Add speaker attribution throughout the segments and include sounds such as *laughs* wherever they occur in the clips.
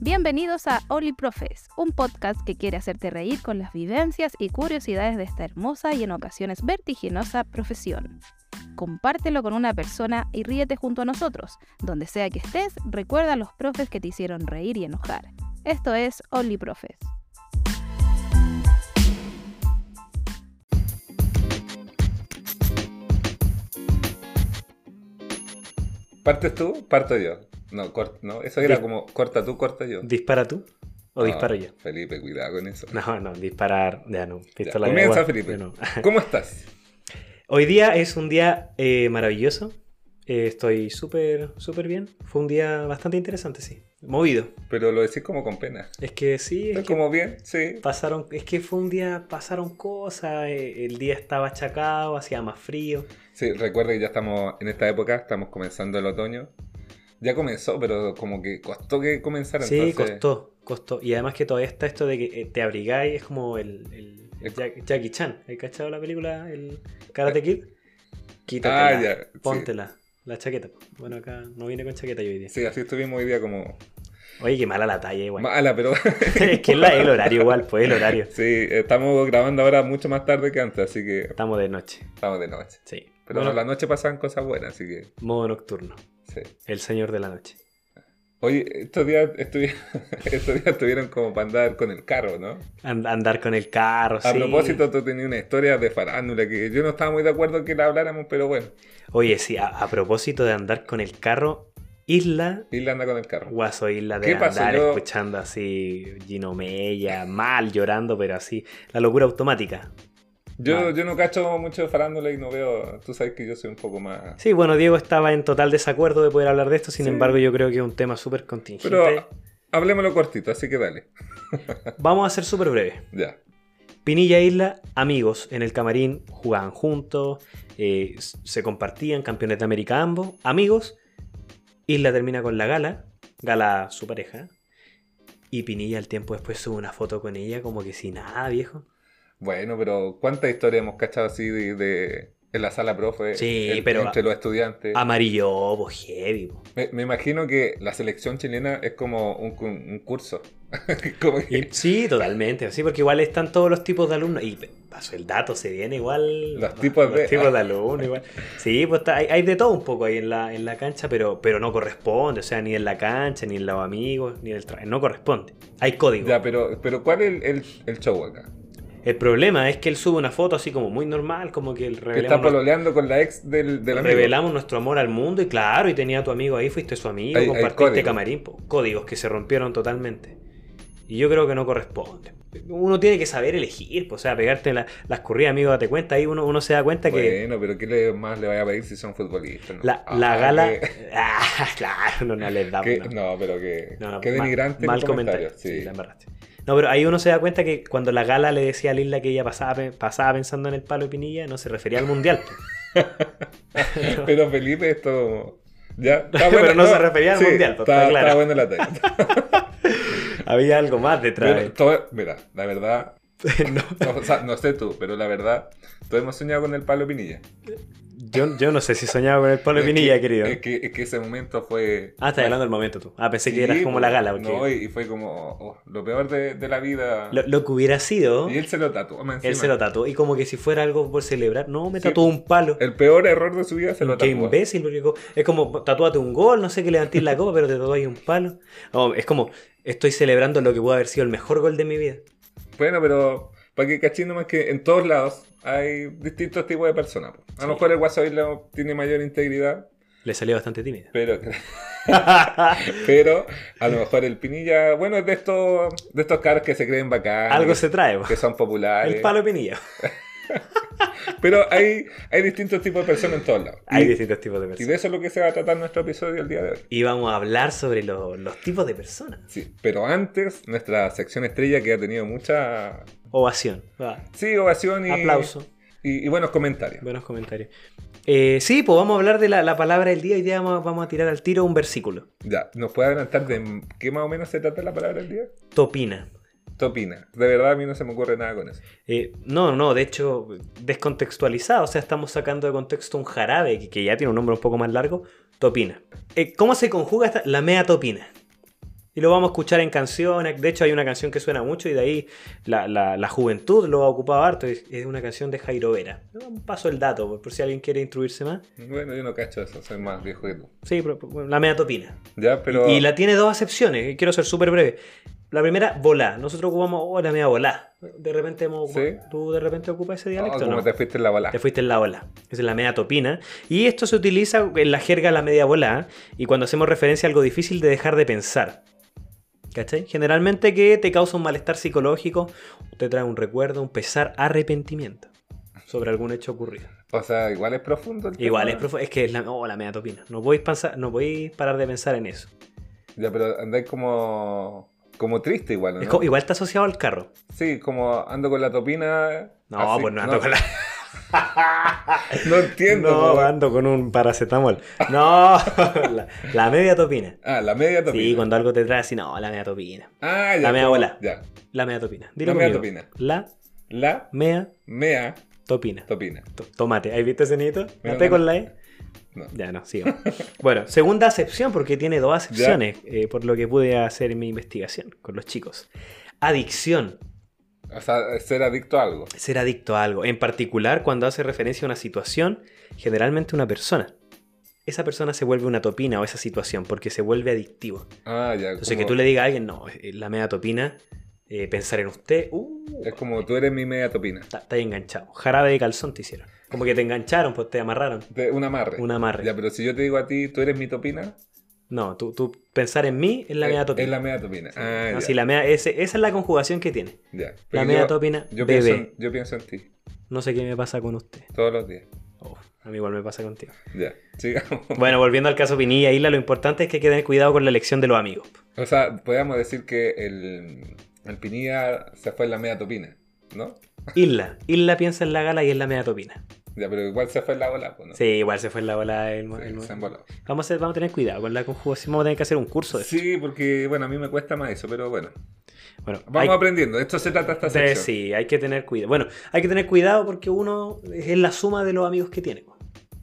Speaker 1: Bienvenidos a Oli Profes, un podcast que quiere hacerte reír con las vivencias y curiosidades de esta hermosa y en ocasiones vertiginosa profesión. Compártelo con una persona y ríete junto a nosotros. Donde sea que estés, recuerda a los profes que te hicieron reír y enojar. Esto es Oli Profes.
Speaker 2: ¿Partes tú? Parto yo. No, cort- no, eso era como corta tú, corta yo.
Speaker 3: ¿Dispara tú o
Speaker 2: No,
Speaker 3: disparo yo?
Speaker 2: Felipe, cuidado con eso.
Speaker 3: No, no, disparar. Ya no.
Speaker 2: Ya,
Speaker 3: Pistola de
Speaker 2: comienza,
Speaker 3: agua,
Speaker 2: Felipe.
Speaker 3: ya no.
Speaker 2: ¿Cómo estás?
Speaker 3: Hoy día es un día eh, maravilloso. Eh, estoy súper, súper bien. Fue un día bastante interesante, sí. Movido.
Speaker 2: Pero lo decís como con pena.
Speaker 3: Es que sí, es
Speaker 2: ¿Estás
Speaker 3: que
Speaker 2: como bien? Sí.
Speaker 3: pasaron. Es que fue un día, pasaron cosas. eh, el día estaba achacado, hacía más frío.
Speaker 2: Sí, recuerda que ya estamos en esta época, estamos comenzando el otoño. Ya comenzó, pero como que costó que comenzara.
Speaker 3: Sí,
Speaker 2: entonces-
Speaker 3: costó, costó. Y además que todavía está esto de que eh, te abrigáis, es como el, el- el
Speaker 2: Es-
Speaker 3: Jack- Jackie Chan. ¿Has cachado la película, el Karate Kid?
Speaker 2: Eh, Ah,
Speaker 3: Quítatela,
Speaker 2: ya, sí.
Speaker 3: póntela, la chaqueta. Bueno, acá no viene con chaqueta yo hoy día.
Speaker 2: Sí, así estuvimos hoy día como
Speaker 3: Oye, qué mala la talla igual.
Speaker 2: mala, pero
Speaker 3: *laughs* es que es la- el horario igual, pues el horario.
Speaker 2: *laughs* sí, estamos grabando ahora mucho más tarde que antes, así que
Speaker 3: Estamos de noche,
Speaker 2: estamos de noche.
Speaker 3: sí.
Speaker 2: Pero
Speaker 3: Mono-
Speaker 2: en la noche pasan cosas buenas, así que
Speaker 3: Modo nocturno,
Speaker 2: sí.
Speaker 3: el señor de la noche.
Speaker 2: Oye, estos días, estuvi- *laughs* estos días estuvieron como para andar con el carro, ¿no?
Speaker 3: And- andar con el carro,
Speaker 2: A
Speaker 3: sí.
Speaker 2: propósito, tú tenías una historia de farándula que yo no estaba muy de acuerdo que la habláramos, pero bueno,
Speaker 3: Oye, sí, a, a propósito de andar con el carro, Isla
Speaker 2: Isla anda con el carro.
Speaker 3: Guaso Isla de
Speaker 2: ¿Qué pasó?
Speaker 3: andar
Speaker 2: Yo-
Speaker 3: escuchando así Gino Mella, mal llorando, pero así, la locura automática.
Speaker 2: Yo,
Speaker 3: Vale.
Speaker 2: yo no cacho mucho de farándula y no veo, tú sabes que yo soy un poco más...
Speaker 3: Sí, bueno, Diego estaba en total desacuerdo de poder hablar de esto, sin
Speaker 2: Sí.
Speaker 3: embargo yo creo que es un tema súper contingente.
Speaker 2: Pero hablemoslo cortito, así que dale,
Speaker 3: Vamos a ser súper breves.
Speaker 2: ya.
Speaker 3: Pinilla e Isla, amigos en el camarín, jugaban juntos, eh, s- se compartían, campeones de América ambos, amigos. Isla termina con la gala, gala su pareja. Y Pinilla al tiempo después sube una foto con ella como que sin nada, viejo.
Speaker 2: Bueno, pero ¿cuántas historias hemos cachado así de... de- En la sala profe,
Speaker 3: Sí,
Speaker 2: en-
Speaker 3: pero-
Speaker 2: entre los estudiantes.
Speaker 3: Amarillo, bo, heavy. bo.
Speaker 2: Me, me imagino que la selección chilena es como un, cu- un curso. *laughs* Como que *laughs*
Speaker 3: Y- sí, totalmente. Sí, porque igual están todos los tipos de alumnos. Y pe- pasó el dato, se viene igual.
Speaker 2: Los tipos de- *laughs*
Speaker 3: Los tipos de alumnos, igual. Sí, pues está- hay, hay de todo un poco ahí en la, en la cancha, pero, pero no corresponde. O sea, ni en la cancha, ni en los amigos, ni en el trabajo. No corresponde. Hay código.
Speaker 2: Ya, pero, pero ¿cuál es el, el- el show acá?
Speaker 3: El problema es que él sube una foto así como muy normal, como que el
Speaker 2: Que está
Speaker 3: revelamos,
Speaker 2: pololeando con la ex del, del amigo.
Speaker 3: revelamos nuestro amor al mundo. Y claro, y tenía a tu amigo ahí, fuiste su amigo,
Speaker 2: Hay- hay
Speaker 3: compartiste
Speaker 2: código.
Speaker 3: camarín. po. Códigos que se rompieron totalmente. Y yo creo que no corresponde. Uno tiene que saber elegir, po, o sea, pegarte la- las corridas, amigo, date cuenta. Ahí uno, uno se da cuenta que
Speaker 2: Bueno, pero ¿qué le- más le vaya a pedir si son futbolistas? no?
Speaker 3: la,
Speaker 2: Ah,
Speaker 3: la gala.
Speaker 2: que-
Speaker 3: *laughs* Ah, claro, no,
Speaker 2: *laughs*
Speaker 3: no les damos.
Speaker 2: que-
Speaker 3: no.
Speaker 2: no, pero que,
Speaker 3: No, no,
Speaker 2: qué
Speaker 3: ma-
Speaker 2: denigrante el
Speaker 3: mal comentario.
Speaker 2: Sí.
Speaker 3: Sí, la embarraste. No, pero ahí uno se da cuenta que cuando la gala le decía a Lila que ella pasaba, pe- pasaba pensando en el palo de Pinilla, no se refería al mundial.
Speaker 2: *laughs* Pero Felipe, esto...
Speaker 3: *laughs*
Speaker 2: Ya,
Speaker 3: Pero no se refería al Mundial, pues,
Speaker 2: está,
Speaker 3: está claro.
Speaker 2: está buena la
Speaker 3: *laughs*
Speaker 2: talla.
Speaker 3: Había algo más
Speaker 2: Pero
Speaker 3: detrás.
Speaker 2: todo- mira, la
Speaker 3: *laughs*
Speaker 2: verdad,
Speaker 3: No,
Speaker 2: no, *laughs* o sea, no sé tú, pero la verdad, todos hemos soñado con el palo Pinilla.
Speaker 3: yo, yo no sé si soñaba con el palo de Pinilla, querido.
Speaker 2: Es que, es que ese momento fue...
Speaker 3: Ah, estás hablando del momento tú. Ah, pensé
Speaker 2: Sí, pues,
Speaker 3: que eras como la gala. Porque
Speaker 2: No, y, y fue como oh, lo peor de, de la vida.
Speaker 3: lo, lo que hubiera sido,
Speaker 2: Y él se lo tatuó. más
Speaker 3: él
Speaker 2: encima.
Speaker 3: se lo tatuó. Y como que si fuera algo por celebrar, no, me
Speaker 2: Sí.
Speaker 3: tatuó un palo.
Speaker 2: El peor error de su vida se lo
Speaker 3: Qué
Speaker 2: tatuó.
Speaker 3: imbécil, porque co- es como tatuate un gol, no sé qué levantís la copa, pero te tatuáis un palo. No, es como estoy celebrando lo que pudo haber sido el mejor gol de mi vida.
Speaker 2: Bueno, pero para que cachín nomás que en todos lados hay distintos tipos de personas. po. A lo
Speaker 3: Sí.
Speaker 2: mejor el Guaso Isla tiene mayor integridad,
Speaker 3: Le salió bastante tímida.
Speaker 2: pero,
Speaker 3: *laughs*
Speaker 2: pero a lo mejor el Pinilla, bueno, es de estos, de estos caras que se creen bacanes.
Speaker 3: Algo se trae, po.
Speaker 2: que son populares.
Speaker 3: el palo de pinilla.
Speaker 2: Pero hay, hay distintos tipos de personas en todos lados.
Speaker 3: Hay
Speaker 2: y,
Speaker 3: distintos tipos de
Speaker 2: y
Speaker 3: personas.
Speaker 2: de eso es lo que se va a tratar nuestro episodio el día de hoy.
Speaker 3: Y vamos a hablar sobre lo- los tipos de personas.
Speaker 2: Sí, pero antes, nuestra sección estrella que ha tenido mucha.
Speaker 3: Ovación. Va.
Speaker 2: Sí, ovación y.
Speaker 3: Aplauso.
Speaker 2: Y, y buenos comentarios.
Speaker 3: Buenos comentarios. Eh, sí, pues vamos a hablar de la, la palabra del día. Hoy día vamos, vamos a tirar al tiro un versículo.
Speaker 2: Ya, ¿nos puede adelantar de qué más o menos se trata la palabra del día?
Speaker 3: Topina.
Speaker 2: Topina. De verdad, a mí no se me ocurre nada con eso.
Speaker 3: Eh, no, no, de hecho, descontextualizado. O sea, estamos sacando de contexto un jarabe que, que ya tiene un nombre un poco más largo. Topina. Eh, ¿Cómo se conjuga esta? La mea topina. Y lo vamos a escuchar en canciones. De hecho, hay una canción que suena mucho y de ahí la, la- la juventud lo ha ocupado harto. Es, es una canción de Jairo Vera. Paso el dato, por, por si alguien quiere instruirse más.
Speaker 2: Bueno, yo no cacho eso, soy más viejo que tú.
Speaker 3: Sí, pero- pero, bueno, la media topina.
Speaker 2: Ya, pero.
Speaker 3: Y la tiene dos acepciones, que quiero ser súper breve. La primera, volá. Nosotros ocupamos, oh, la media volá. De repente hemos
Speaker 2: Sí.
Speaker 3: Tú de repente ocupas ese
Speaker 2: Ah,
Speaker 3: dialecto,
Speaker 2: como
Speaker 3: ¿no?
Speaker 2: te fuiste en la bala.
Speaker 3: Te fuiste en la ola. Esa es la media topina. Y esto se utiliza en la jerga la media bola y cuando hacemos referencia a algo difícil de dejar de pensar. ¿Cachai? Generalmente que te causa un malestar psicológico, te trae un recuerdo, un pesar, arrepentimiento sobre algún hecho ocurrido.
Speaker 2: O sea, igual es profundo. el tema.
Speaker 3: Igual, es, profu- es que es la, oh, la media topina. No podéis, pensar- no podéis parar de pensar en eso.
Speaker 2: Ya, pero andáis como. Como triste igual, ¿no?
Speaker 3: Es como- igual está asociado al carro.
Speaker 2: Sí, como ando con la topina.
Speaker 3: No,
Speaker 2: así-
Speaker 3: pues no ando con la...
Speaker 2: *laughs* No entiendo.
Speaker 3: *laughs* No,
Speaker 2: po.
Speaker 3: ando con un paracetamol. No, *laughs* la- la media topina.
Speaker 2: Ah, la media topina.
Speaker 3: Sí, cuando algo te trae así, no, la media topina.
Speaker 2: Ah, ya.
Speaker 3: La mea
Speaker 2: como-
Speaker 3: bola.
Speaker 2: Ya.
Speaker 3: La media topina. Dilo
Speaker 2: La mea
Speaker 3: conmigo.
Speaker 2: topina.
Speaker 3: La
Speaker 2: La
Speaker 3: mea
Speaker 2: mea
Speaker 3: topina.
Speaker 2: topina.
Speaker 3: To- tomate. ¿Has visto ese nidito?
Speaker 2: Mira,
Speaker 3: ¿La T
Speaker 2: no,
Speaker 3: con la E?
Speaker 2: No.
Speaker 3: Ya no, sigo. *laughs* bueno, segunda acepción, porque tiene dos acepciones, eh, por lo que pude hacer mi investigación con los chicos. Adicción.
Speaker 2: O sea, ser adicto a algo.
Speaker 3: Ser adicto a algo. En particular, cuando hace referencia a una situación, generalmente una persona. Esa persona se vuelve una topina o esa situación, porque se vuelve adictivo.
Speaker 2: Ah, ya.
Speaker 3: Entonces,
Speaker 2: como-
Speaker 3: que tú le digas a alguien, no, eh, la media topina, eh, pensar en usted, uh,
Speaker 2: Es como tú eres mi media topina.
Speaker 3: Está, está ahí enganchado. Jarabe de calzón te hicieron. Como que te engancharon, pues te amarraron.
Speaker 2: Te- Un amarre.
Speaker 3: Un amarre.
Speaker 2: Ya, pero si yo te digo a ti, tú eres mi topina.
Speaker 3: No, tú, tú pensar en mí es la
Speaker 2: eh,
Speaker 3: media topina.
Speaker 2: Es la media topina. Ah, ya.
Speaker 3: No, sí, la media- ese- esa es la conjugación que tiene.
Speaker 2: ya.
Speaker 3: La
Speaker 2: Pero
Speaker 3: media
Speaker 2: yo-
Speaker 3: topina,
Speaker 2: Yo pienso,
Speaker 3: bebé.
Speaker 2: en, yo pienso en ti
Speaker 3: No sé qué me pasa con usted.
Speaker 2: todos los días.
Speaker 3: Oh, a mí igual me pasa contigo.
Speaker 2: Ya, sigamos. *laughs*
Speaker 3: Bueno, volviendo al caso Pinilla Isla, lo importante es que hay que tener cuidado con la elección de los amigos.
Speaker 2: O sea, podríamos decir que el, el Pinilla se fue en la media topina, ¿no?
Speaker 3: Isla. Isla piensa en la gala y es la media topina.
Speaker 2: Ya, pero igual se fue en la ola, pues, ¿no?
Speaker 3: Sí, igual se fue en la bola. el-
Speaker 2: Sí,
Speaker 3: el-
Speaker 2: se emboló.
Speaker 3: vamos, a hacer- vamos a tener cuidado con la conjugación. Vamos a tener que hacer un curso de
Speaker 2: Sí, porque, bueno, a mí me cuesta más eso, pero bueno.
Speaker 3: esto. Bueno,
Speaker 2: Vamos
Speaker 3: hay-
Speaker 2: aprendiendo, de esto se trata esta sección.
Speaker 3: Entonces, sí, hay que tener cuidado. Bueno, hay que tener cuidado porque uno es la suma de los amigos que tiene.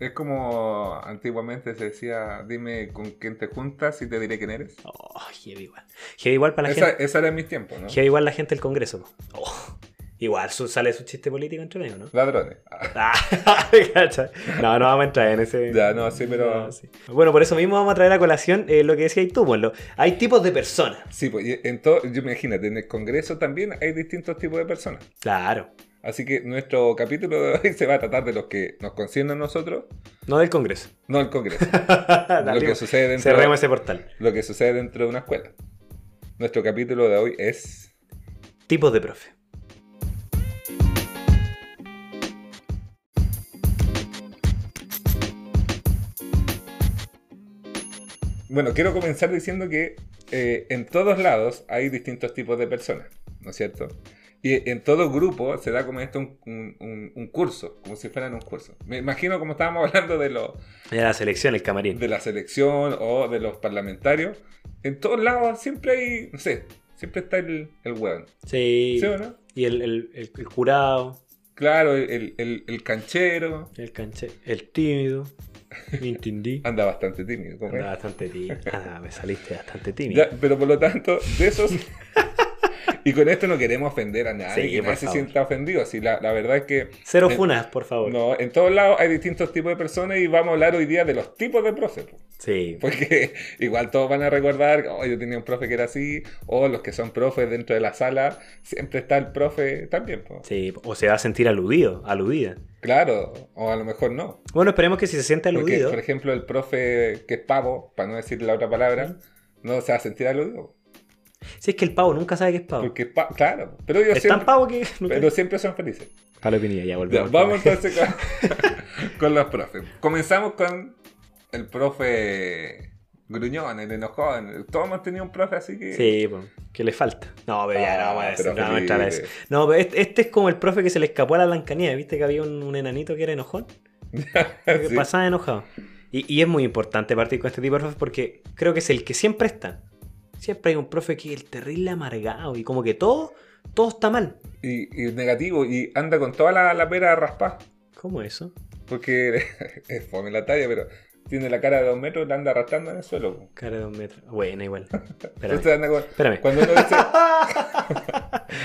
Speaker 2: Es como antiguamente se decía, dime con quién te juntas y te diré quién eres.
Speaker 3: Oh, heavy igual. Heavy igual para la
Speaker 2: Esa,
Speaker 3: gente.
Speaker 2: esa era en mis tiempos, ¿no?
Speaker 3: Heavy igual la gente del Congreso. po. Oh, igual su- sale su chiste político entre medio, ¿no?
Speaker 2: Ladrones. Ah,
Speaker 3: Ah, *laughs* cacha. no, no vamos a entrar en ese.
Speaker 2: Ya, no, sí, pero-
Speaker 3: No, sí. Bueno, por eso mismo vamos a traer a colación eh, lo que decías tú, pues, lo- Hay tipos de personas.
Speaker 2: Sí, pues y en todo, yo imagínate, en el Congreso también hay distintos tipos de personas.
Speaker 3: Claro.
Speaker 2: Así que nuestro capítulo de hoy *laughs* se va a tratar de los que nos conciernen a nosotros,
Speaker 3: No del Congreso. *laughs*
Speaker 2: no el Congreso, lo, que
Speaker 3: Dale,
Speaker 2: sucede dentro,
Speaker 3: Cerremos ese portal.
Speaker 2: lo que sucede dentro de una escuela. Nuestro capítulo de hoy es...
Speaker 3: Tipos de profe.
Speaker 2: Bueno, quiero comenzar diciendo que eh, en todos lados hay distintos tipos de personas, ¿no es cierto? Y en todo grupo se da como esto un, un- un- un curso, como si fueran un curso. Me imagino como estábamos *laughs* hablando de, los
Speaker 3: Era la selección, el camarín.
Speaker 2: de la selección o de los parlamentarios. En todos lados siempre hay, no sé, siempre está el, el hueón.
Speaker 3: Sí.
Speaker 2: ¿Sí o no?
Speaker 3: Y el, el- el- el curado,
Speaker 2: Claro, el, el- el canchero
Speaker 3: el canche, el tímido.
Speaker 2: *laughs*
Speaker 3: Entendí.
Speaker 2: anda bastante tímido. como es.
Speaker 3: Andaba bastante tímido. Ah, me saliste bastante tímido.
Speaker 2: eh. Ya, pero por lo tanto, de esos. y con esto no queremos ofender a nadie,
Speaker 3: Sí,
Speaker 2: que
Speaker 3: por
Speaker 2: nadie se
Speaker 3: favor.
Speaker 2: sienta ofendido. Si la, la verdad es que.
Speaker 3: Cero
Speaker 2: en-
Speaker 3: funas, por favor.
Speaker 2: eh, No, en todos lados hay distintos tipos de personas y vamos a hablar hoy día de los tipos de profes. po.
Speaker 3: Sí.
Speaker 2: Porque igual todos van a recordar, oh, yo tenía un profe que era así, o los que son profes dentro de la sala, siempre está el profe también. po.
Speaker 3: Sí, o se va a sentir aludido, aludida.
Speaker 2: Claro, o a lo mejor no.
Speaker 3: Bueno, esperemos que si se siente
Speaker 2: Porque,
Speaker 3: aludido.
Speaker 2: por ejemplo, el profe que es pavo, para no decir la otra palabra, no se va a sentir aludido.
Speaker 3: Si es que el pavo nunca sabe que es pavo.
Speaker 2: Porque es pavo, claro. Pero yo
Speaker 3: es
Speaker 2: siempre,
Speaker 3: tan pavo que.
Speaker 2: Pero siempre son felices.
Speaker 3: A la opinión, ya
Speaker 2: Ya,
Speaker 3: volvemos.
Speaker 2: vamos entonces con, este *laughs* con los profes. Comenzamos con el profe gruñón, el enojón. Todos hemos tenido un profe así que...
Speaker 3: Sí, pues, que le falta. No, pero ya no
Speaker 2: Ah,
Speaker 3: vamos a decir,
Speaker 2: pero
Speaker 3: no vamos a entrar a eso.
Speaker 2: Felipe. *laughs*
Speaker 3: No, pero este, este es como el profe que se le escapó a la Blancanieves. ¿Viste que había un, un enanito que era enojón? que
Speaker 2: Ah, Sí.
Speaker 3: pasaba enojado. Y, y es muy importante partir con este tipo de profes porque creo que es el que siempre está. Siempre hay un profe que es el terrible amargado y como que todo, todo está mal.
Speaker 2: Y, y negativo, y anda con toda la, la pera raspada.
Speaker 3: ¿Cómo eso?
Speaker 2: *laughs* Porque es fome la talla, pero tiene la cara de dos metros, la anda arrastrando en el suelo. po.
Speaker 3: Cara de dos metros.
Speaker 2: *laughs*
Speaker 3: Buena, igual.
Speaker 2: Entonces
Speaker 3: Espérame.
Speaker 2: anda con- *laughs*
Speaker 3: Espérame.
Speaker 2: Cuando uno
Speaker 3: *laughs*
Speaker 2: dice,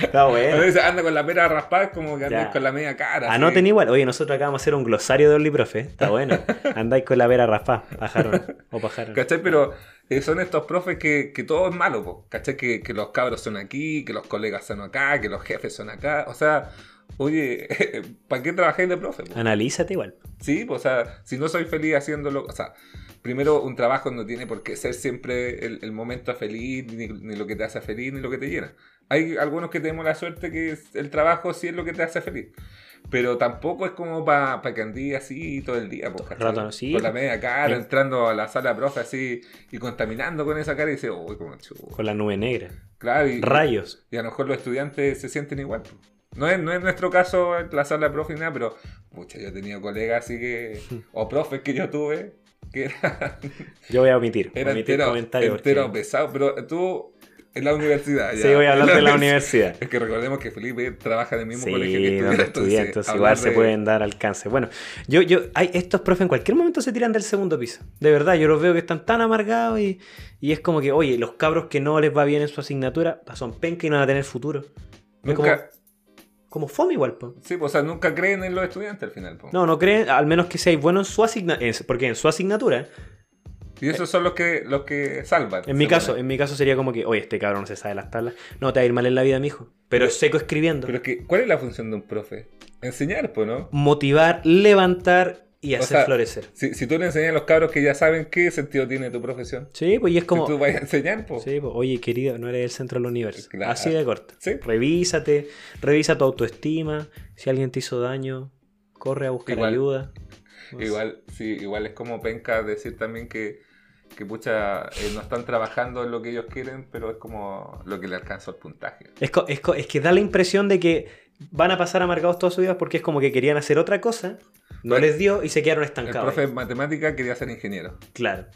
Speaker 3: Está
Speaker 2: cuando
Speaker 3: bueno.
Speaker 2: dice anda con la pera raspada, es como que andas
Speaker 3: Ya. Ah,
Speaker 2: con la media cara. así.
Speaker 3: Anoten igual. Oye, nosotros acabamos de hacer un glosario de Only Profe. Está bueno.
Speaker 2: *laughs*
Speaker 3: Andáis con la vera raspá. Pajaron. O pajaron.
Speaker 2: ¿Cachai? Pero eh, son estos profes que, que todo es malo, po, ¿cachai? Que, que los cabros son aquí, que los colegas son acá, que los jefes son acá. O sea, oye, *laughs* ¿para qué trabajáis de profe? po?
Speaker 3: Analízate igual.
Speaker 2: Sí, o sea, si no soy feliz haciéndolo, o sea, primero un trabajo no tiene por qué ser siempre el, el momento feliz, ni, ni lo que te hace feliz, ni lo que te llena. Hay algunos que tenemos la suerte que es- el trabajo sí es lo que te hace feliz. Pero tampoco es como para que andí así todo el día, pues,
Speaker 3: Todo el
Speaker 2: ¿cachai?
Speaker 3: rato, sí.
Speaker 2: Con la media cara,
Speaker 3: Sí.
Speaker 2: entrando a la sala profe así y contaminando con esa cara y dice, uy, como chulo.
Speaker 3: Con la nube negra.
Speaker 2: Claro, y,
Speaker 3: Rayos.
Speaker 2: y a lo mejor los estudiantes se sienten igual. pues. No es, no es nuestro caso la sala profe ni nada, pero pucha, yo he tenido colegas así
Speaker 3: *laughs*
Speaker 2: que. o profes que yo tuve que eran
Speaker 3: Yo voy a omitir.
Speaker 2: era
Speaker 3: omitir
Speaker 2: entero,
Speaker 3: comentarios. porque-
Speaker 2: entero pesado, pero tú en la universidad. ya.
Speaker 3: Sí, voy a
Speaker 2: *laughs*
Speaker 3: hablar de la
Speaker 2: univers-
Speaker 3: universidad.
Speaker 2: Es que recordemos que Felipe trabaja en el mismo
Speaker 3: Sí,
Speaker 2: colegio que estudia,
Speaker 3: donde estudié,
Speaker 2: entonces,
Speaker 3: entonces
Speaker 2: hablar
Speaker 3: igual se
Speaker 2: de-
Speaker 3: pueden dar alcance. Bueno, yo, yo, hay estos profes en cualquier momento se tiran del segundo piso. De verdad, yo los veo que están tan amargados y, y es como que, oye, los cabros que no les va bien en su asignatura son penca y no van a tener futuro. Es como,
Speaker 2: Nunca,
Speaker 3: como fome igual, po.
Speaker 2: sí, pues, o sea, nunca creen en los estudiantes al final. po.
Speaker 3: No, no creen, al menos que seáis buenos en su asignatura. Porque en su asignatura,
Speaker 2: Y esos son los que, los que salvan.
Speaker 3: en mi
Speaker 2: según
Speaker 3: caso,
Speaker 2: él.
Speaker 3: en mi caso sería como que, oye, este cabrón no se sabe las tablas. No, te va a ir mal en la vida, mijo. Pero es seco escribiendo.
Speaker 2: Pero es que, ¿cuál es la función de un profe? Enseñar, pues, ¿no?
Speaker 3: Motivar, levantar y hacer
Speaker 2: sea,
Speaker 3: florecer.
Speaker 2: Si, si tú le enseñas a los cabros que ya saben qué sentido tiene tu profesión,
Speaker 3: Sí, pues y es como.
Speaker 2: si tú vas a enseñar, pues.
Speaker 3: Sí, po. oye, querido, no eres el centro del universo.
Speaker 2: Claro.
Speaker 3: Así de corto.
Speaker 2: Sí.
Speaker 3: Revísate, revisa tu autoestima. Si alguien te hizo daño, corre a buscar
Speaker 2: Igual.
Speaker 3: ayuda. No sé.
Speaker 2: Igual, sí, igual es como penca decir también que, que pucha, eh, no están trabajando en lo que ellos quieren, pero es como lo que le alcanza el puntaje.
Speaker 3: Es, co- es co- es que da la impresión de que van a pasar amargados toda su vida porque es como que querían hacer otra cosa, no
Speaker 2: Pero-
Speaker 3: les dio y se quedaron
Speaker 2: El
Speaker 3: estancados.
Speaker 2: profe
Speaker 3: ahí.
Speaker 2: de matemática quería ser ingeniero. *laughs*
Speaker 3: Claro.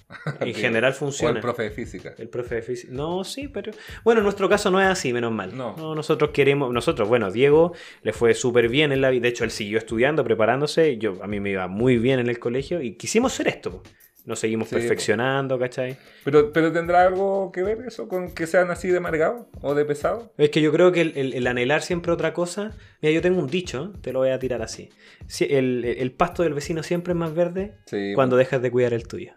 Speaker 3: En
Speaker 2: Digo,
Speaker 3: general
Speaker 2: O
Speaker 3: funciona.
Speaker 2: el profe de física.
Speaker 3: El profe de física. No, sí, pero. Bueno, en nuestro caso no es así, menos mal.
Speaker 2: No.
Speaker 3: nosotros queremos. Nosotros, bueno, Diego le fue súper bien en la vida. De hecho, él siguió estudiando, preparándose. Yo, a mí me iba muy bien en el colegio y quisimos ser esto. po. Nos seguimos
Speaker 2: Sí,
Speaker 3: perfeccionando, ¿cachai?
Speaker 2: Pero, pero ¿tendrá algo que ver eso con que sean así de amargados o de pesados?
Speaker 3: Es que yo creo que el, el- el anhelar siempre otra cosa. Mira, yo tengo un dicho, te lo voy a tirar así. Si- el, el pasto del vecino siempre es más verde
Speaker 2: Sí. ¡Oh!
Speaker 3: cuando dejas de cuidar el tuyo.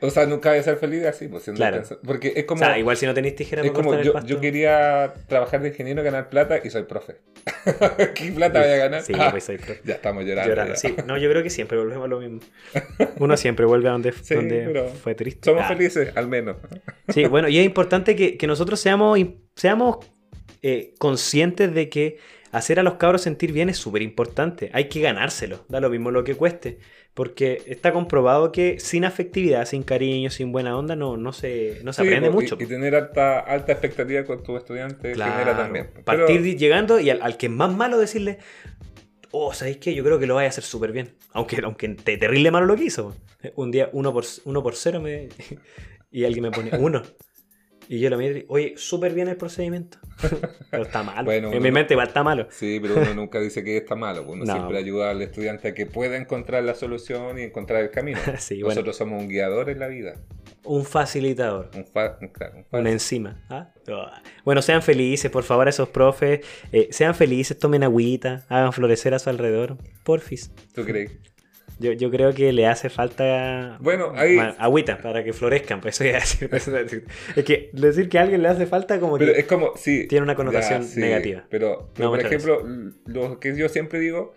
Speaker 2: O sea, nunca voy a ser feliz así, pues, siendo
Speaker 3: Claro.
Speaker 2: pensa- porque es
Speaker 3: *laughs* O
Speaker 2: como...
Speaker 3: sea, igual si no tenéis tijera
Speaker 2: Es
Speaker 3: para
Speaker 2: como
Speaker 3: cortar el
Speaker 2: yo,
Speaker 3: pasto.
Speaker 2: yo quería trabajar de ingeniero, ganar plata y soy profe. *laughs* ¿Qué plata voy a ganar? *laughs*
Speaker 3: Sí,
Speaker 2: Ah,
Speaker 3: pues soy profe.
Speaker 2: Ya estamos llorando.
Speaker 3: Llorando,
Speaker 2: ya.
Speaker 3: sí. No, yo creo que siempre volvemos a
Speaker 2: *laughs*
Speaker 3: lo mismo. Uno siempre vuelve a donde,
Speaker 2: Sí,
Speaker 3: donde
Speaker 2: pero
Speaker 3: fue triste.
Speaker 2: Somos
Speaker 3: Ah.
Speaker 2: felices, al menos.
Speaker 3: Sí, bueno, y es importante que, que nosotros seamos, seamos eh, conscientes de que hacer a los cabros sentir bien es súper importante. Hay que ganárselo, da lo mismo lo que cueste. Porque está comprobado que sin afectividad, sin cariño, sin buena onda, no, no se, no se
Speaker 2: Sí,
Speaker 3: aprende
Speaker 2: po, y-
Speaker 3: mucho.
Speaker 2: Y, tener alta, alta expectativa con tus estudiantes genera
Speaker 3: Claro. pues,
Speaker 2: también. Pero-
Speaker 3: Partir de- llegando y al, al que es más malo decirle, oh, ¿sabéis qué? Yo creo que lo vaya a hacer súper bien. Aunque, aunque te, terrible malo lo que hizo. Un día uno por, uno por cero me, *laughs* y alguien me pone uno. Y yo lo miro y oye, súper bien el procedimiento. *laughs* Pero está malo.
Speaker 2: Bueno,
Speaker 3: en
Speaker 2: uno-
Speaker 3: mi mente va, está malo. *laughs*
Speaker 2: Sí, pero uno nunca dice que está malo. po. Uno
Speaker 3: No.
Speaker 2: siempre ayuda al estudiante a que pueda encontrar la solución y encontrar el camino.
Speaker 3: *laughs* Sí, bueno,
Speaker 2: Nosotros somos un guiador en la vida.
Speaker 3: un facilitador.
Speaker 2: Un fa- un- claro, un fa-
Speaker 3: Una encima. ¿ah? Bueno, sean felices, por favor, a esos profes. Eh, sean felices, tomen agüita, hagan florecer a su alrededor. Porfis.
Speaker 2: ¿Tú crees?
Speaker 3: Yo, yo creo que le hace falta
Speaker 2: Bueno, ahí-
Speaker 3: ma- agüita para que florezcan. Pues eso iba a decir. *laughs* es que decir que a alguien le hace falta como
Speaker 2: Pero
Speaker 3: que.
Speaker 2: es como, sí.
Speaker 3: tiene una connotación negativa.
Speaker 2: Pero, pero,
Speaker 3: No,
Speaker 2: por
Speaker 3: muchas
Speaker 2: ejemplo, lo que yo siempre digo,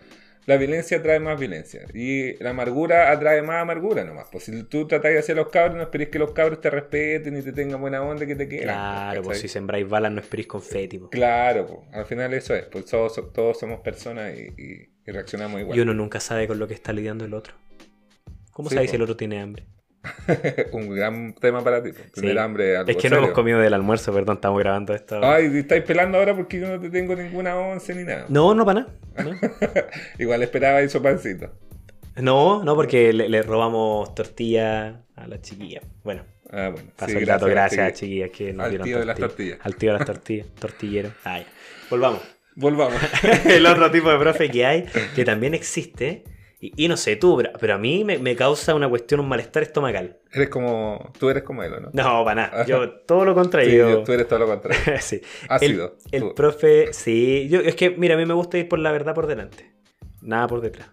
Speaker 2: la violencia trae más violencia. Y la amargura atrae más amargura nomás. Pues si tú tratas de hacer a los cabros, no esperes que los cabros te respeten y te tengan buena onda y que te quieran.
Speaker 3: Claro,
Speaker 2: ¿cachai?
Speaker 3: pues si sembráis balas no esperís confeti. pues. po.
Speaker 2: Claro, po. al final eso es. Pues todos, so- todos somos personas y, y- y reaccionamos igual.
Speaker 3: Y uno nunca sabe con lo que está lidiando el otro. ¿Cómo
Speaker 2: Sí, pues.
Speaker 3: sabéis
Speaker 2: po.
Speaker 3: si el otro tiene hambre?
Speaker 2: *laughs* Un gran tema para ti. po. Tener
Speaker 3: Sí.
Speaker 2: hambre algo
Speaker 3: es que no
Speaker 2: serio.
Speaker 3: hemos comido del almuerzo, perdón, estamos grabando esto.
Speaker 2: pues, Ay, te estáis pelando ahora porque yo no te tengo ninguna once ni nada.
Speaker 3: No, no para nada. ¿no?
Speaker 2: Igual esperaba eso pancito.
Speaker 3: No, no, porque le, le robamos tortilla a la chiquilla. Bueno,
Speaker 2: Ah, bueno.
Speaker 3: paso
Speaker 2: Sí,
Speaker 3: el dato, gracias,
Speaker 2: chiqui.
Speaker 3: chiquillas, que nos
Speaker 2: Al
Speaker 3: dieron
Speaker 2: tío de las
Speaker 3: tortilla.
Speaker 2: tortillas.
Speaker 3: Al tío de
Speaker 2: *laughs*
Speaker 3: las tortillas, tortillero. Ah, ya. Volvamos.
Speaker 2: Volvamos.
Speaker 3: el otro tipo de profe que hay, que también existe Y, y no sé, tú, pero, pero a mí me, me causa una cuestión, un malestar estomacal.
Speaker 2: Eres como, tú eres como él, ¿o ¿no?
Speaker 3: No, para
Speaker 2: *laughs*
Speaker 3: nada. Yo todo lo contrario.
Speaker 2: Sí, yo- tú eres todo lo contrario.
Speaker 3: *laughs* sí.
Speaker 2: Ácido.
Speaker 3: El
Speaker 2: tú.
Speaker 3: profe, sí. Yo, es que, mira, a mí me gusta ir por la verdad por delante. Nada por detrás.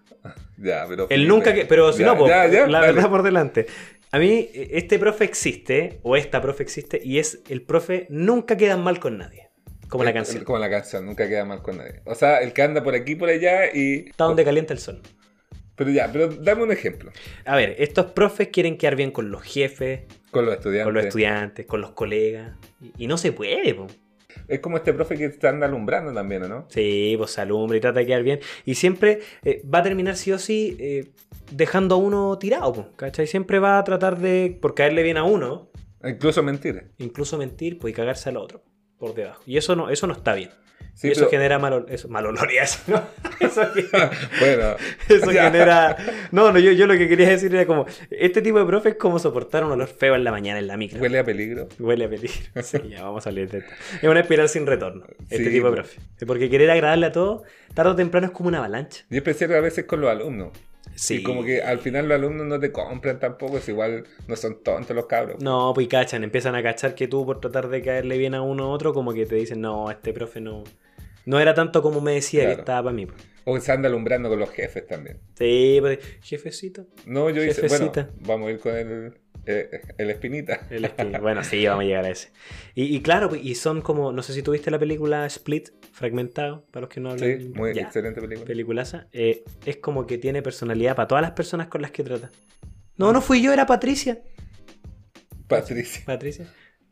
Speaker 2: Ya, pero.
Speaker 3: El nunca que. Pero si
Speaker 2: Ya,
Speaker 3: no, po,
Speaker 2: ya, ya,
Speaker 3: la
Speaker 2: dale.
Speaker 3: verdad por delante. A mí, eh, este profe existe, o esta profe existe, y es el profe nunca queda mal con nadie. Como la
Speaker 2: El-
Speaker 3: canción.
Speaker 2: Como la canción, nunca queda mal con nadie. O sea, el que anda por aquí, por allá y.
Speaker 3: Está donde calienta el sol.
Speaker 2: Pero ya, pero dame un ejemplo.
Speaker 3: A ver, estos profes quieren quedar bien con los jefes,
Speaker 2: Con los estudiantes.
Speaker 3: con los estudiantes, con los colegas. Y, y no se puede, po.
Speaker 2: Es como este profe que te anda alumbrando también, ¿o no?
Speaker 3: Sí, pues se alumbra y trata de quedar bien. Y siempre eh, va a terminar sí o sí eh, dejando a uno tirado, po, ¿cachai? Siempre va a tratar de, por caerle bien a uno,
Speaker 2: Incluso mentir.
Speaker 3: incluso mentir, pues y cagarse al otro por debajo. Y eso no, eso no está bien.
Speaker 2: Sí,
Speaker 3: y eso
Speaker 2: pero-
Speaker 3: genera mal, ol- eso, mal olor y eso, *laughs* ¿no?
Speaker 2: *laughs*
Speaker 3: Eso, gen-
Speaker 2: bueno,
Speaker 3: *laughs* eso
Speaker 2: Ya.
Speaker 3: genera... No, no, yo, yo lo que quería decir era como, este tipo de profe es como soportar un olor feo en la mañana en la micro.
Speaker 2: huele a peligro.
Speaker 3: Huele
Speaker 2: *laughs*
Speaker 3: a peligro. Sí, ya vamos a salir de esta. Es una espiral sin retorno. Este
Speaker 2: Sí,
Speaker 3: tipo de
Speaker 2: po.
Speaker 3: profe. Porque querer agradarle a todos, tarde o temprano es como una avalancha.
Speaker 2: Y especial a veces con los alumnos.
Speaker 3: Sí.
Speaker 2: Y como que al final los alumnos no te compran tampoco, es igual, no son tontos los cabros.
Speaker 3: No, pues y cachan, empiezan a cachar que tú por tratar de caerle bien a uno a otro, como que te dicen, no, este profe no. No era tanto como me decía
Speaker 2: Claro.
Speaker 3: que estaba para mí. po".
Speaker 2: O se anda alumbrando con los jefes también.
Speaker 3: Sí, pues, jefecito.
Speaker 2: No, yo hice, bueno,
Speaker 3: Jefecita.
Speaker 2: vamos a ir con el, eh, el espinita.
Speaker 3: El espíritu. bueno, sí, vamos a llegar a ese. Y, y claro, pues, y son como, no sé si tuviste la película Split, fragmentado, para los que no hablan.
Speaker 2: Sí, muy
Speaker 3: Ya.
Speaker 2: excelente película.
Speaker 3: peliculaza, eh, es como que tiene personalidad para todas las personas con las que trata. No, no fui yo, era Patricia.
Speaker 2: Patricia.
Speaker 3: Patricia. *laughs*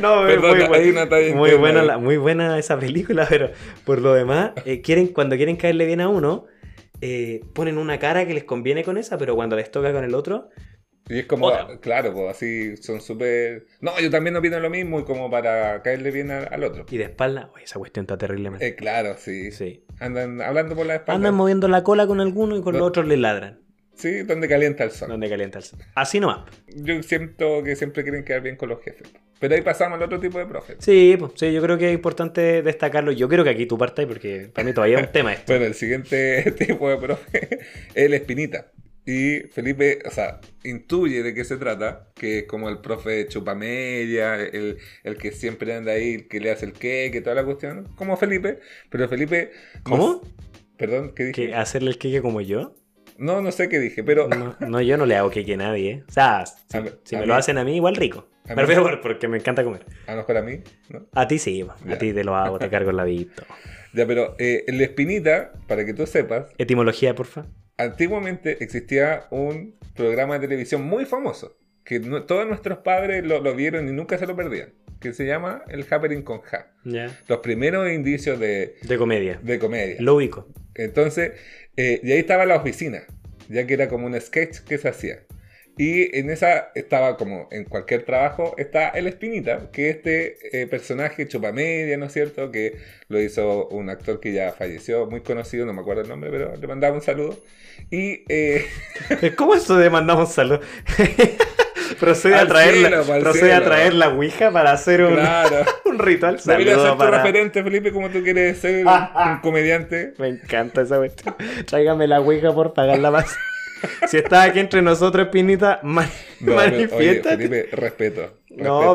Speaker 3: no, es
Speaker 2: Perdón,
Speaker 3: muy,
Speaker 2: hay
Speaker 3: buena,
Speaker 2: una talla
Speaker 3: muy,
Speaker 2: interna
Speaker 3: buena
Speaker 2: ahí.
Speaker 3: la- muy buena esa película, pero por lo demás, eh, quieren, cuando quieren caerle bien a uno, eh, ponen una cara que les conviene con esa, pero cuando les toca con el otro,
Speaker 2: Y es como,
Speaker 3: Otra.
Speaker 2: claro, pues así son súper... No, yo también opino lo mismo y como para caerle bien al, al otro.
Speaker 3: y de espalda, "Oye, esa cuestión está terriblemente.
Speaker 2: Eh, claro, sí.
Speaker 3: Sí.
Speaker 2: Andan hablando por la espalda.
Speaker 3: Andan moviendo la cola con alguno y con
Speaker 2: No.
Speaker 3: los otros le ladran.
Speaker 2: Sí, donde calienta el sol.
Speaker 3: Donde calienta el sol. Así nomás.
Speaker 2: Yo siento que siempre quieren quedar bien con los jefes. Pero ahí pasamos al otro tipo de profes.
Speaker 3: Sí, pues, sí, yo creo que es importante destacarlo. Yo creo que aquí tú partas porque para mí todavía es un
Speaker 2: *laughs*
Speaker 3: tema esto.
Speaker 2: Bueno, el siguiente *laughs* tipo de profe *laughs* es el Espinita. Y Felipe, o sea, intuye de qué se trata, que es como el profe chupamedia, el, el que siempre anda ahí, el que le hace el qué, que toda la cuestión, como Felipe, pero Felipe...
Speaker 3: ¿Cómo?
Speaker 2: Perdón, ¿qué dije?
Speaker 3: ¿Que hacerle el queque como yo?
Speaker 2: No, no sé qué dije, pero...
Speaker 3: No, no, yo no le hago queque a nadie. ¿eh? O sea, si,
Speaker 2: A mí-
Speaker 3: si
Speaker 2: a
Speaker 3: me
Speaker 2: mí-
Speaker 3: lo hacen a mí, igual rico.
Speaker 2: a mí-
Speaker 3: Prefiero por- porque me encanta comer.
Speaker 2: A lo mejor a mí, ¿no?
Speaker 3: A ti sí, po. a
Speaker 2: Ya.
Speaker 3: ti te lo hago, te cargo
Speaker 2: *laughs*
Speaker 3: el ladito.
Speaker 2: Ya, pero eh, el Espinita, para que tú sepas,
Speaker 3: Etimología, porfa.
Speaker 2: Antiguamente existía un programa de televisión muy famoso, que nu- todos nuestros padres lo, lo vieron y nunca se lo perdían, que se llama El Happening con Ja.
Speaker 3: Ya.
Speaker 2: Los primeros indicios de,
Speaker 3: De comedia.
Speaker 2: de comedia.
Speaker 3: Lo ubico.
Speaker 2: Entonces, eh, y ahí estaba la oficina, ya que era como un sketch que se hacía. Y en esa estaba como en cualquier trabajo, está el Espinita, que este eh, personaje chupamedia, ¿no es cierto? Que lo hizo un actor que ya falleció, muy conocido, no me acuerdo el nombre, pero le mandaba un saludo. Y eh,
Speaker 3: ¿Cómo eso de mandamos salud? *laughs* procede a
Speaker 2: Al
Speaker 3: traer,
Speaker 2: cielo,
Speaker 3: la,
Speaker 2: al
Speaker 3: procede a
Speaker 2: cielo.
Speaker 3: traer la ouija para hacer un, *laughs*
Speaker 2: claro,
Speaker 3: un ritual.
Speaker 2: debería ser
Speaker 3: Saludo
Speaker 2: tu
Speaker 3: para... Ah,
Speaker 2: referente, Felipe, como tú quieres ser un comediante.
Speaker 3: Me encanta esa cuestión. *laughs* Tráigame la Ouija por pagarla más. *laughs* Si estás aquí entre nosotros, Pinita, ma-
Speaker 2: No, pero, oye,
Speaker 3: manifiéstate.
Speaker 2: Felipe, respeto.
Speaker 3: No,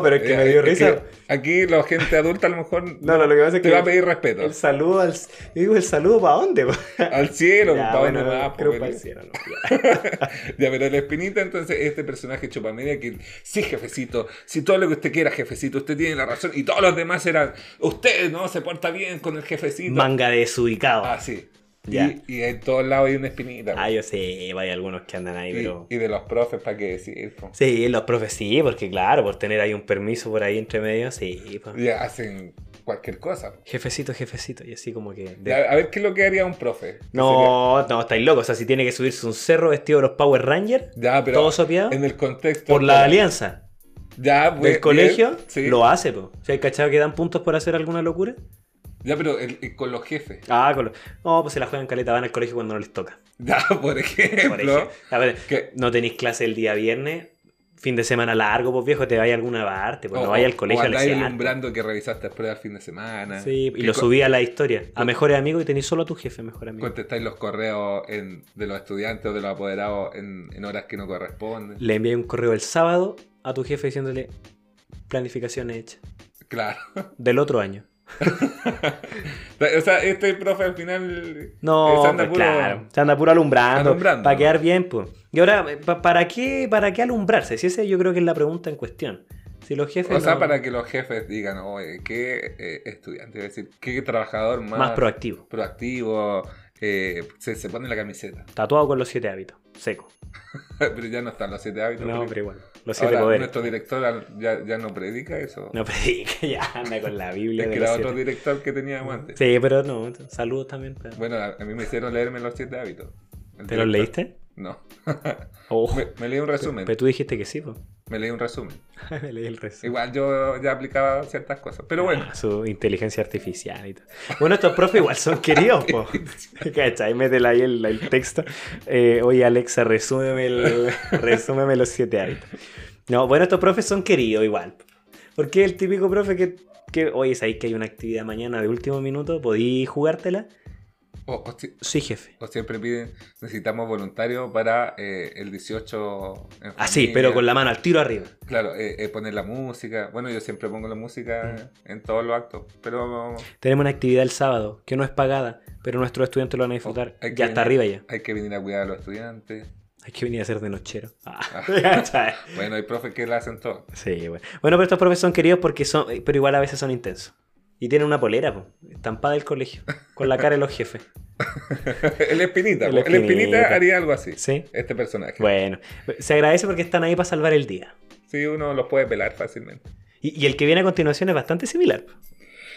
Speaker 2: respeto. Eh,
Speaker 3: pero es que me dio risa.
Speaker 2: que aquí la gente adulta a lo mejor
Speaker 3: No, no, lo que pasa es
Speaker 2: te
Speaker 3: que-
Speaker 2: va a pedir respeto.
Speaker 3: el saludo al. Yo digo, ¿el saludo para dónde? po?
Speaker 2: Al cielo,
Speaker 3: Ya,
Speaker 2: pa'
Speaker 3: bueno,
Speaker 2: dónde va, po,
Speaker 3: creo
Speaker 2: pero-
Speaker 3: pa'l cielo, no, ya.
Speaker 2: Ya, pero la espinita, entonces, este personaje chupamedia que, sí, jefecito, si todo lo que usted quiera, jefecito, usted tiene la razón. Y todos los demás eran, usted no se porta bien con el jefecito.
Speaker 3: Manga desubicado.
Speaker 2: Ah, sí. Y-
Speaker 3: Ya.
Speaker 2: Y, en todos lados hay una espinita.
Speaker 3: Ah, yo sé, hay algunos que andan ahí,
Speaker 2: y,
Speaker 3: pero.
Speaker 2: y de los profes, ¿para qué decir? pues? po?
Speaker 3: Sí, los profes sí, porque claro, por tener ahí un permiso por ahí entre medio, sí. po.
Speaker 2: Ya hacen cualquier cosa. po.
Speaker 3: Jefecito, jefecito, y así como que. de-
Speaker 2: Ya, a ver qué es lo que haría un profe.
Speaker 3: No, no, estáis locos. O sea, si tiene que subirse un cerro vestido de los Power Rangers,
Speaker 2: Ya, pero
Speaker 3: todo sopeado,
Speaker 2: en el contexto.
Speaker 3: por la alianza.
Speaker 2: Ya, pues,
Speaker 3: del
Speaker 2: bien,
Speaker 3: colegio
Speaker 2: sí.
Speaker 3: lo hace, po. O sea, ¿hay cachado que dan puntos por hacer alguna locura?
Speaker 2: Ya, pero el- el- con los jefes. *laughs*
Speaker 3: Ah, con lo- No, pues se la juegan caleta, van al colegio cuando no les toca.
Speaker 2: Ya, por
Speaker 3: Por
Speaker 2: ejemplo.
Speaker 3: ejemplo. A ver,
Speaker 2: que-
Speaker 3: no tenéis clase el día viernes, fin de semana largo, pues viejo, te vaya a alguna parte, pues
Speaker 2: O-
Speaker 3: no vaya al
Speaker 2: o-
Speaker 3: colegio
Speaker 2: o
Speaker 3: a
Speaker 2: andáis
Speaker 3: lesionar.
Speaker 2: alumbrando que revisaste pruebas el fin de semana.
Speaker 3: Sí, y
Speaker 2: Ah, que
Speaker 3: lo
Speaker 2: co-
Speaker 3: subí a la historia. A mejores amigos y tenés solo a tu jefe, mejor amigo.
Speaker 2: Contestáis los correos en- de los estudiantes o de los apoderados en, en horas que no corresponden.
Speaker 3: Le envié un correo el sábado a tu jefe diciéndole planificación hecha
Speaker 2: Claro. *laughs*
Speaker 3: del otro año.
Speaker 2: O sea, este profe al final. eh,
Speaker 3: No,
Speaker 2: se anda
Speaker 3: pues,
Speaker 2: puro-
Speaker 3: claro. Se anda puro alumbrando.
Speaker 2: Alumbrando.
Speaker 3: Para quedar bien, pues. Y ahora, eh, pa- ¿para qué, ¿para qué alumbrarse? Si esa yo creo que es la pregunta en cuestión. Si los jefes.
Speaker 2: O sea,
Speaker 3: no-
Speaker 2: para que los jefes digan, oye, qué eh, estudiante, es decir, qué trabajador más,
Speaker 3: Más proactivo.
Speaker 2: proactivo, eh, se, se pone la camiseta. *laughs*
Speaker 3: Tatuado con los siete hábitos. Seco.
Speaker 2: pero ya no están los siete hábitos.
Speaker 3: No,
Speaker 2: porque-
Speaker 3: pero igual. Los siete
Speaker 2: Ahora,
Speaker 3: poderes.
Speaker 2: nuestro director al- ya, ya no predica eso.
Speaker 3: No *laughs* predica, ya anda con la Biblia.
Speaker 2: es
Speaker 3: de
Speaker 2: que
Speaker 3: los
Speaker 2: era otro
Speaker 3: siete.
Speaker 2: director que teníamos antes.
Speaker 3: Sí, pero no. Saludos también. pero-
Speaker 2: Bueno, a, a mí me hicieron leerme los siete hábitos. El
Speaker 3: ¿Te los
Speaker 2: director-
Speaker 3: leíste?
Speaker 2: No.
Speaker 3: Oh,
Speaker 2: me, me leí un resumen.
Speaker 3: pero tú dijiste que sí, pues.
Speaker 2: Me leí un resumen.
Speaker 3: *laughs* Me leí el resto.
Speaker 2: Igual yo ya aplicaba ciertas cosas. Pero bueno,
Speaker 3: Ah, Su inteligencia artificial y todo. Bueno, estos profes igual son
Speaker 2: *laughs*
Speaker 3: queridos, po. ¿Cachai? Métela ahí el, el texto. Eh, Oye, Alexa,
Speaker 2: *laughs*
Speaker 3: resúmeme, el- resúmeme los siete hábitos. No, bueno, estos profes son queridos igual. Porque el típico profe que, que oye, ¿sabéis que hay una actividad mañana de último minuto? ¿Podí jugártela?
Speaker 2: o, o si-
Speaker 3: Sí, jefe.
Speaker 2: o siempre piden, necesitamos voluntarios para eh, el 18. en
Speaker 3: Así,
Speaker 2: familia.
Speaker 3: Ah, pero con la mano al tiro arriba.
Speaker 2: Claro, eh, eh, poner la música. Bueno, yo siempre pongo la música en todos los actos. Pero
Speaker 3: Tenemos una actividad el sábado que no es pagada, pero nuestros estudiantes lo van a disfrutar.
Speaker 2: Oh, Hay que
Speaker 3: Ya está
Speaker 2: venir-
Speaker 3: arriba ya.
Speaker 2: hay que venir a cuidar a los estudiantes.
Speaker 3: Hay que venir a ser de nochero. Ah, *laughs*
Speaker 2: Ah.
Speaker 3: ¿cachai?
Speaker 2: Bueno, hay profes que la hacen todo. *laughs*
Speaker 3: Sí, bueno. Bueno, pero estos profes son queridos porque son, eh, pero igual a veces son intensos. Y tienen una polera, po, estampada del colegio, con la cara de los jefes.
Speaker 2: el espinita.
Speaker 3: *laughs* El
Speaker 2: po. El espinita
Speaker 3: Espinita.
Speaker 2: haría algo así.
Speaker 3: Sí.
Speaker 2: Este personaje.
Speaker 3: Bueno, se agradece porque están ahí para salvar el día.
Speaker 2: Sí, uno los puede pelar fácilmente.
Speaker 3: Y, y el que viene a continuación es bastante similar. po.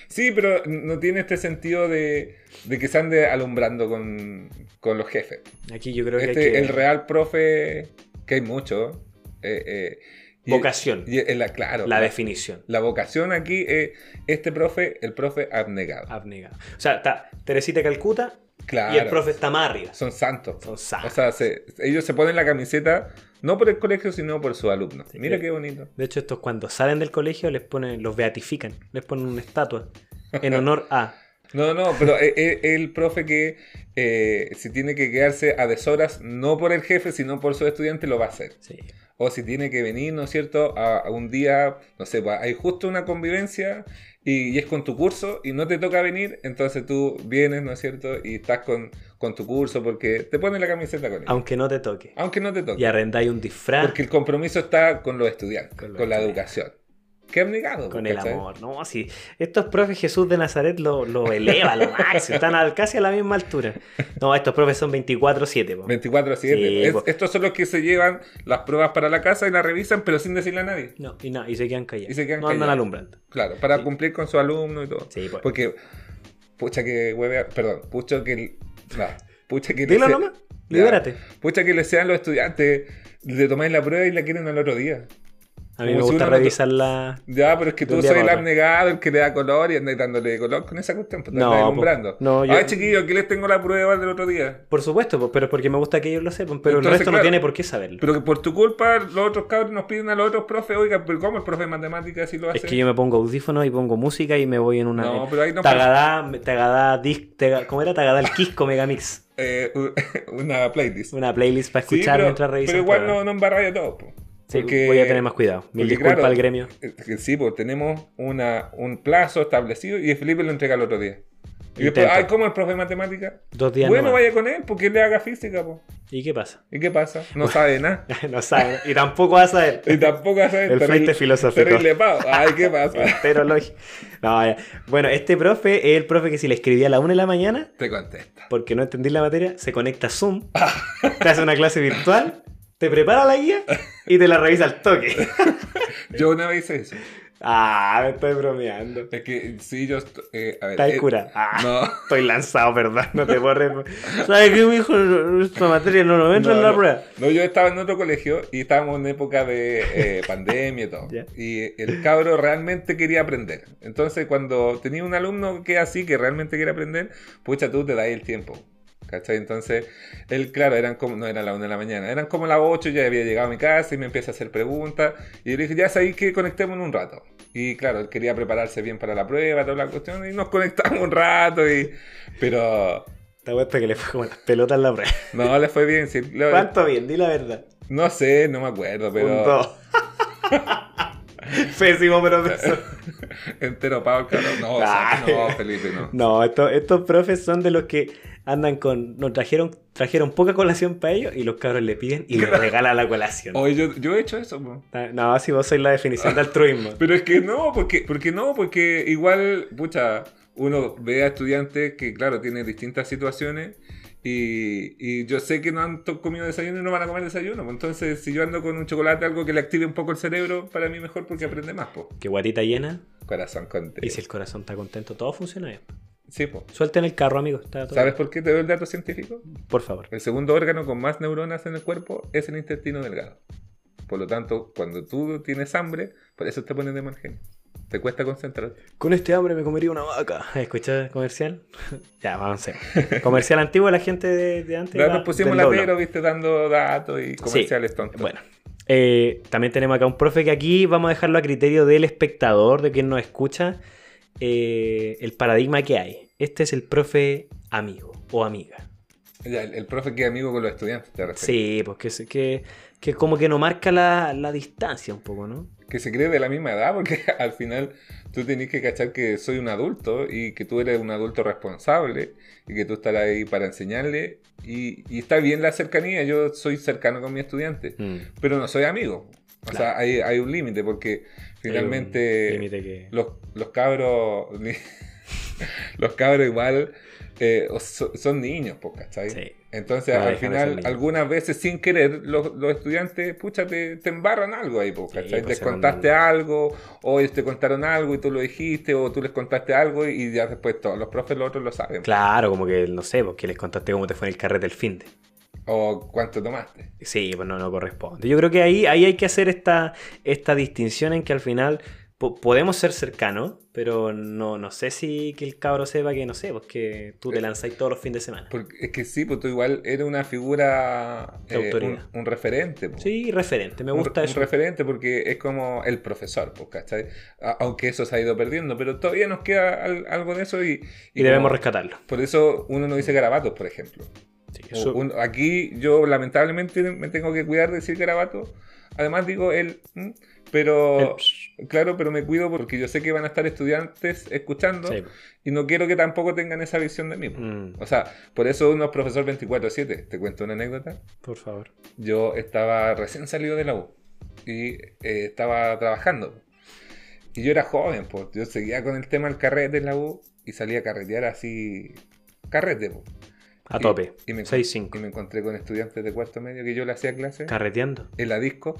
Speaker 2: Sí, pero no tiene este sentido de, de que se ande alumbrando con, con los jefes.
Speaker 3: Aquí yo creo que
Speaker 2: este,
Speaker 3: hay que...
Speaker 2: el real profe, que hay mucho. eh, eh, y-
Speaker 3: Vocación,
Speaker 2: y en la, claro,
Speaker 3: la
Speaker 2: la,
Speaker 3: definición,
Speaker 2: la vocación aquí es este profe, el profe abnegado.
Speaker 3: abnegado. O sea, está Teresita Calcuta
Speaker 2: Claro.
Speaker 3: y el profe está más arriba.
Speaker 2: Son santos.
Speaker 3: Son santos.
Speaker 2: O sea, se- ellos se ponen la camiseta no por el colegio, sino por sus alumnos.
Speaker 3: Sí,
Speaker 2: Mira
Speaker 3: que-
Speaker 2: qué bonito.
Speaker 3: De hecho, estos cuando salen del colegio les ponen, los beatifican, les ponen una estatua en honor a...
Speaker 2: No, no, pero es es- es el profe que eh, si tiene que quedarse a deshoras, no por el jefe, sino por su estudiante, lo va a hacer.
Speaker 3: Sí.
Speaker 2: O si tiene que venir, ¿no es cierto?, a, a un día, no sé, pues, hay justo una convivencia y, y es con tu curso y no te toca venir, entonces tú vienes, ¿no es cierto?, y estás con, con tu curso porque te pones la camiseta con él. Aunque,
Speaker 3: Aunque no te toque.
Speaker 2: no te
Speaker 3: Y
Speaker 2: toque.
Speaker 3: arrendáis un disfraz.
Speaker 2: Ah, Porque el compromiso está con los estudiantes, con,
Speaker 3: Con los
Speaker 2: la
Speaker 3: estudiantes.
Speaker 2: educación. Qué abnegado.
Speaker 3: Con el
Speaker 2: ¿cachai?
Speaker 3: amor, ¿no? Si estos profes Jesús de Nazaret
Speaker 2: *laughs*
Speaker 3: lo, lo eleva, lo máximo, están al- casi a la misma altura. No, estos profes son 24-7, po.
Speaker 2: 24 a 7.
Speaker 3: Sí, pues.
Speaker 2: Es-
Speaker 3: po.
Speaker 2: estos son los que se llevan las pruebas para la casa y las revisan, pero sin decirle a nadie.
Speaker 3: No, y no, y se quedan callados.
Speaker 2: Y se quedan
Speaker 3: no andan
Speaker 2: callados.
Speaker 3: alumbrando.
Speaker 2: Claro, para
Speaker 3: Sí.
Speaker 2: cumplir con su alumno y todo.
Speaker 3: Sí, pues. po.
Speaker 2: Porque, pucha que huevea, perdón, pucha que. el- No, pucha que. le
Speaker 3: Dilo
Speaker 2: sea-
Speaker 3: nomás, libérate.
Speaker 2: Pucha que le sean los estudiantes, le tomáis la prueba y la quieren al otro día.
Speaker 3: A mí
Speaker 2: Como
Speaker 3: me
Speaker 2: si
Speaker 3: gusta
Speaker 2: uno no-
Speaker 3: revisar la.
Speaker 2: Ya, pero es que
Speaker 3: De un
Speaker 2: tú
Speaker 3: día
Speaker 2: soy el
Speaker 3: para otro.
Speaker 2: abnegado, el que le da color y andáis dándole color con esa cuestión. Pues, te
Speaker 3: No,
Speaker 2: andáis
Speaker 3: po.
Speaker 2: alumbrando.
Speaker 3: No, yo-
Speaker 2: Ay, chiquillo, aquí les tengo la prueba del otro día.
Speaker 3: Por supuesto, po, pero porque me gusta que ellos lo sepan, pero el
Speaker 2: Entonces,
Speaker 3: resto no
Speaker 2: claro.
Speaker 3: tiene por qué saberlo.
Speaker 2: Pero que por tu culpa los otros cabros nos piden a los otros profes, oiga, pero ¿cómo el profe de matemáticas si lo hace?
Speaker 3: Es que yo me pongo audífonos y pongo música y me voy en una. eh,
Speaker 2: No, pero ahí no
Speaker 3: Tagadá, Tagadá, disc, Tagadá- ¿cómo era? Tagadá el Quisco Megamix.
Speaker 2: Eh, *laughs* u- una playlist.
Speaker 3: Una playlist para
Speaker 2: Sí,
Speaker 3: escuchar
Speaker 2: pero,
Speaker 3: mientras reviso.
Speaker 2: pero
Speaker 3: el
Speaker 2: igual
Speaker 3: programa.
Speaker 2: no, no embarráis a todos. pues. po.
Speaker 3: Sí,
Speaker 2: Porque-
Speaker 3: voy a tener más cuidado. Mil
Speaker 2: porque,
Speaker 3: disculpas
Speaker 2: claro,
Speaker 3: al gremio.
Speaker 2: eh, que Sí, porque tenemos una, un plazo establecido y Felipe lo entrega el otro día. Y después,
Speaker 3: Intento.
Speaker 2: ay, ¿cómo el profe de matemáticas?
Speaker 3: Dos días
Speaker 2: bueno,
Speaker 3: nomás.
Speaker 2: vaya con él, porque él le haga física, po.
Speaker 3: ¿Y qué pasa? *laughs*
Speaker 2: ¿Y qué pasa? No sabe nada.
Speaker 3: no sabe. Y tampoco va a saber.
Speaker 2: Y tampoco sabe
Speaker 3: El
Speaker 2: terrible-
Speaker 3: frente filosófico.
Speaker 2: terrible pavo. Ay, ¿qué pasa?
Speaker 3: Pero lo- No, ya. Bueno, este profe es el profe que si le escribía a la 1 de la mañana,
Speaker 2: Te contesta.
Speaker 3: porque no entendí la materia, se conecta a Zoom, te hace una clase virtual, te prepara la guía y te la revisa al toque. *laughs*
Speaker 2: Yo una vez hice eso.
Speaker 3: ah, me estoy bromeando.
Speaker 2: Es que sí, yo. est- Eh, a ver,
Speaker 3: Está
Speaker 2: eh,
Speaker 3: el cura. Ah,
Speaker 2: No.
Speaker 3: Estoy lanzado, perdón, no te borres. ¿Sabes qué, mijo? Esta materia no lo entra
Speaker 2: No,
Speaker 3: en la
Speaker 2: no.
Speaker 3: prueba.
Speaker 2: No, yo estaba en otro colegio y estábamos en época de
Speaker 3: *laughs*
Speaker 2: eh, pandemia y todo.
Speaker 3: Ya.
Speaker 2: Y el cabro realmente quería aprender. Entonces, cuando tenía un alumno que así, que realmente quiere aprender, pucha, tú te das el tiempo. ¿cachai? Entonces, él, claro, eran como, no eran las 1 de la mañana, eran como las 8, ya había llegado a mi casa y me empieza a hacer preguntas. Y yo le dije, ya sabéis que conectemos un rato. Y claro, él quería prepararse bien para la prueba, toda la cuestión, y nos conectamos un rato. Y, pero
Speaker 3: Te apuesto que le fue como las pelotas en la *laughs* prueba.
Speaker 2: no le fue bien. sí, lo-
Speaker 3: ¿Cuánto bien? Di la verdad.
Speaker 2: no sé, no me acuerdo,
Speaker 3: Un
Speaker 2: pero
Speaker 3: *laughs* dos. Pésimo, pero profesor.
Speaker 2: entero pavo, claro. No, o
Speaker 3: *laughs*
Speaker 2: sea, no, Felipe, no.
Speaker 3: No, esto- estos profes son de los que andan con. Nos trajeron, trajeron poca colación para ellos y los cabros le piden *laughs* y les regalan la colación.
Speaker 2: Oye, yo, yo he hecho eso, po.
Speaker 3: No, si vos sois la definición de *laughs* altruismo.
Speaker 2: Pero es que no, porque, porque no, porque igual, pucha, uno ve a estudiantes que, claro, tienen distintas situaciones y, y yo sé que no han to- comido desayuno y no van a comer desayuno. pues, Entonces, si yo ando con un chocolate, algo que le active un poco el cerebro, para mí mejor porque aprende más, po.
Speaker 3: Que guatita llena
Speaker 2: Corazón contento.
Speaker 3: y si el corazón está contento, todo funciona bien.
Speaker 2: Sí, po.
Speaker 3: Suelten el carro, amigos. Está todo
Speaker 2: ¿Sabes por qué te doy el dato científico?
Speaker 3: bien. Por favor.
Speaker 2: El segundo órgano con más neuronas en el cuerpo es el intestino delgado. Por lo tanto, cuando tú tienes hambre, por eso te pones de mal genio. Te cuesta concentrarte.
Speaker 3: Con este hambre me comería una vaca. ¿Escuchas comercial? *laughs* ya, avance. Comercial antiguo, la gente de, de antes.
Speaker 2: Ahora
Speaker 3: era
Speaker 2: nos pusimos
Speaker 3: del doblón.
Speaker 2: latero, viste, dando datos y comerciales tontos.
Speaker 3: Bueno, eh, también tenemos acá un profe que aquí vamos a dejarlo a criterio del espectador, de quien nos escucha, eh, el paradigma que hay. Este es el profe amigo o amiga.
Speaker 2: Ya, el, el profe que es amigo con los estudiantes, te refieres.
Speaker 3: Sí, pues que, se- que, que como que no marca la, la distancia un poco, ¿no?
Speaker 2: Que se cree de la misma edad, porque *laughs* al final tú tenés que cachar que soy un adulto y que tú eres un adulto responsable y que tú estarás ahí para enseñarle. Y, y está bien la cercanía, yo soy cercano con mi estudiante, pero no soy amigo. O sea, hay, hay un límite, porque
Speaker 3: Hay
Speaker 2: finalmente...
Speaker 3: un límite que-
Speaker 2: los, los cabros. *laughs* los cabros igual eh, o so- son niños, po, ¿cachai?
Speaker 3: Sí.
Speaker 2: Entonces,
Speaker 3: No
Speaker 2: al
Speaker 3: dejan de ser
Speaker 2: final,
Speaker 3: niños.
Speaker 2: algunas veces sin querer, los, los estudiantes, pucha, te, te embarran algo ahí, po,
Speaker 3: Sí,
Speaker 2: ¿cachai?
Speaker 3: pues,
Speaker 2: Les
Speaker 3: se
Speaker 2: contaste
Speaker 3: mandan-
Speaker 2: algo, o ellos te contaron algo y tú lo dijiste, o tú les contaste algo y ya después todos los profes, los otros lo saben.
Speaker 3: Claro, como que no sé, porque les contaste cómo te fue en el carrete el fin de.
Speaker 2: O cuánto tomaste.
Speaker 3: Sí, pues no, no corresponde. Yo creo que ahí, ahí hay que hacer esta, esta distinción en que al final po- podemos ser cercanos, pero no, no sé si que el cabro sepa que no sé, pues que tú
Speaker 2: Eh,
Speaker 3: te lanzáis todos los fines de semana.
Speaker 2: Porque es que sí, pues tú igual eres una figura.
Speaker 3: De
Speaker 2: eh, un-
Speaker 3: autoridad.
Speaker 2: un, referente, po.
Speaker 3: Sí, referente, me
Speaker 2: un-
Speaker 3: gusta
Speaker 2: un
Speaker 3: eso.
Speaker 2: referente porque es como el profesor, pues, ¿cachai? A- aunque eso se ha ido perdiendo, pero todavía nos queda al- algo de eso y,
Speaker 3: Y debemos
Speaker 2: como-
Speaker 3: rescatarlo.
Speaker 2: Por eso uno no dice garabatos, por ejemplo.
Speaker 3: Sí, eso-
Speaker 2: Un- aquí yo lamentablemente me tengo que cuidar de decir garabato. Además digo el, ¿m?
Speaker 3: eh,
Speaker 2: pero
Speaker 3: el-
Speaker 2: claro, pero me cuido porque yo sé que van a estar estudiantes escuchando
Speaker 3: sí.
Speaker 2: y no quiero que tampoco tengan esa visión de mí. pues.
Speaker 3: Mm,
Speaker 2: O sea, por eso uno es profesor 24/7. Te cuento una anécdota
Speaker 3: por favor.
Speaker 2: yo estaba recién salido de la U y eh, estaba trabajando. Y yo era joven, pues yo seguía con el tema del carrete en la U y salía a carretear así, carrete, po.
Speaker 3: A
Speaker 2: Y-
Speaker 3: tope.
Speaker 2: y me-
Speaker 3: 6-5.
Speaker 2: Y me encontré con estudiantes de cuarto medio que yo le hacía clase
Speaker 3: Carreteando.
Speaker 2: en la disco,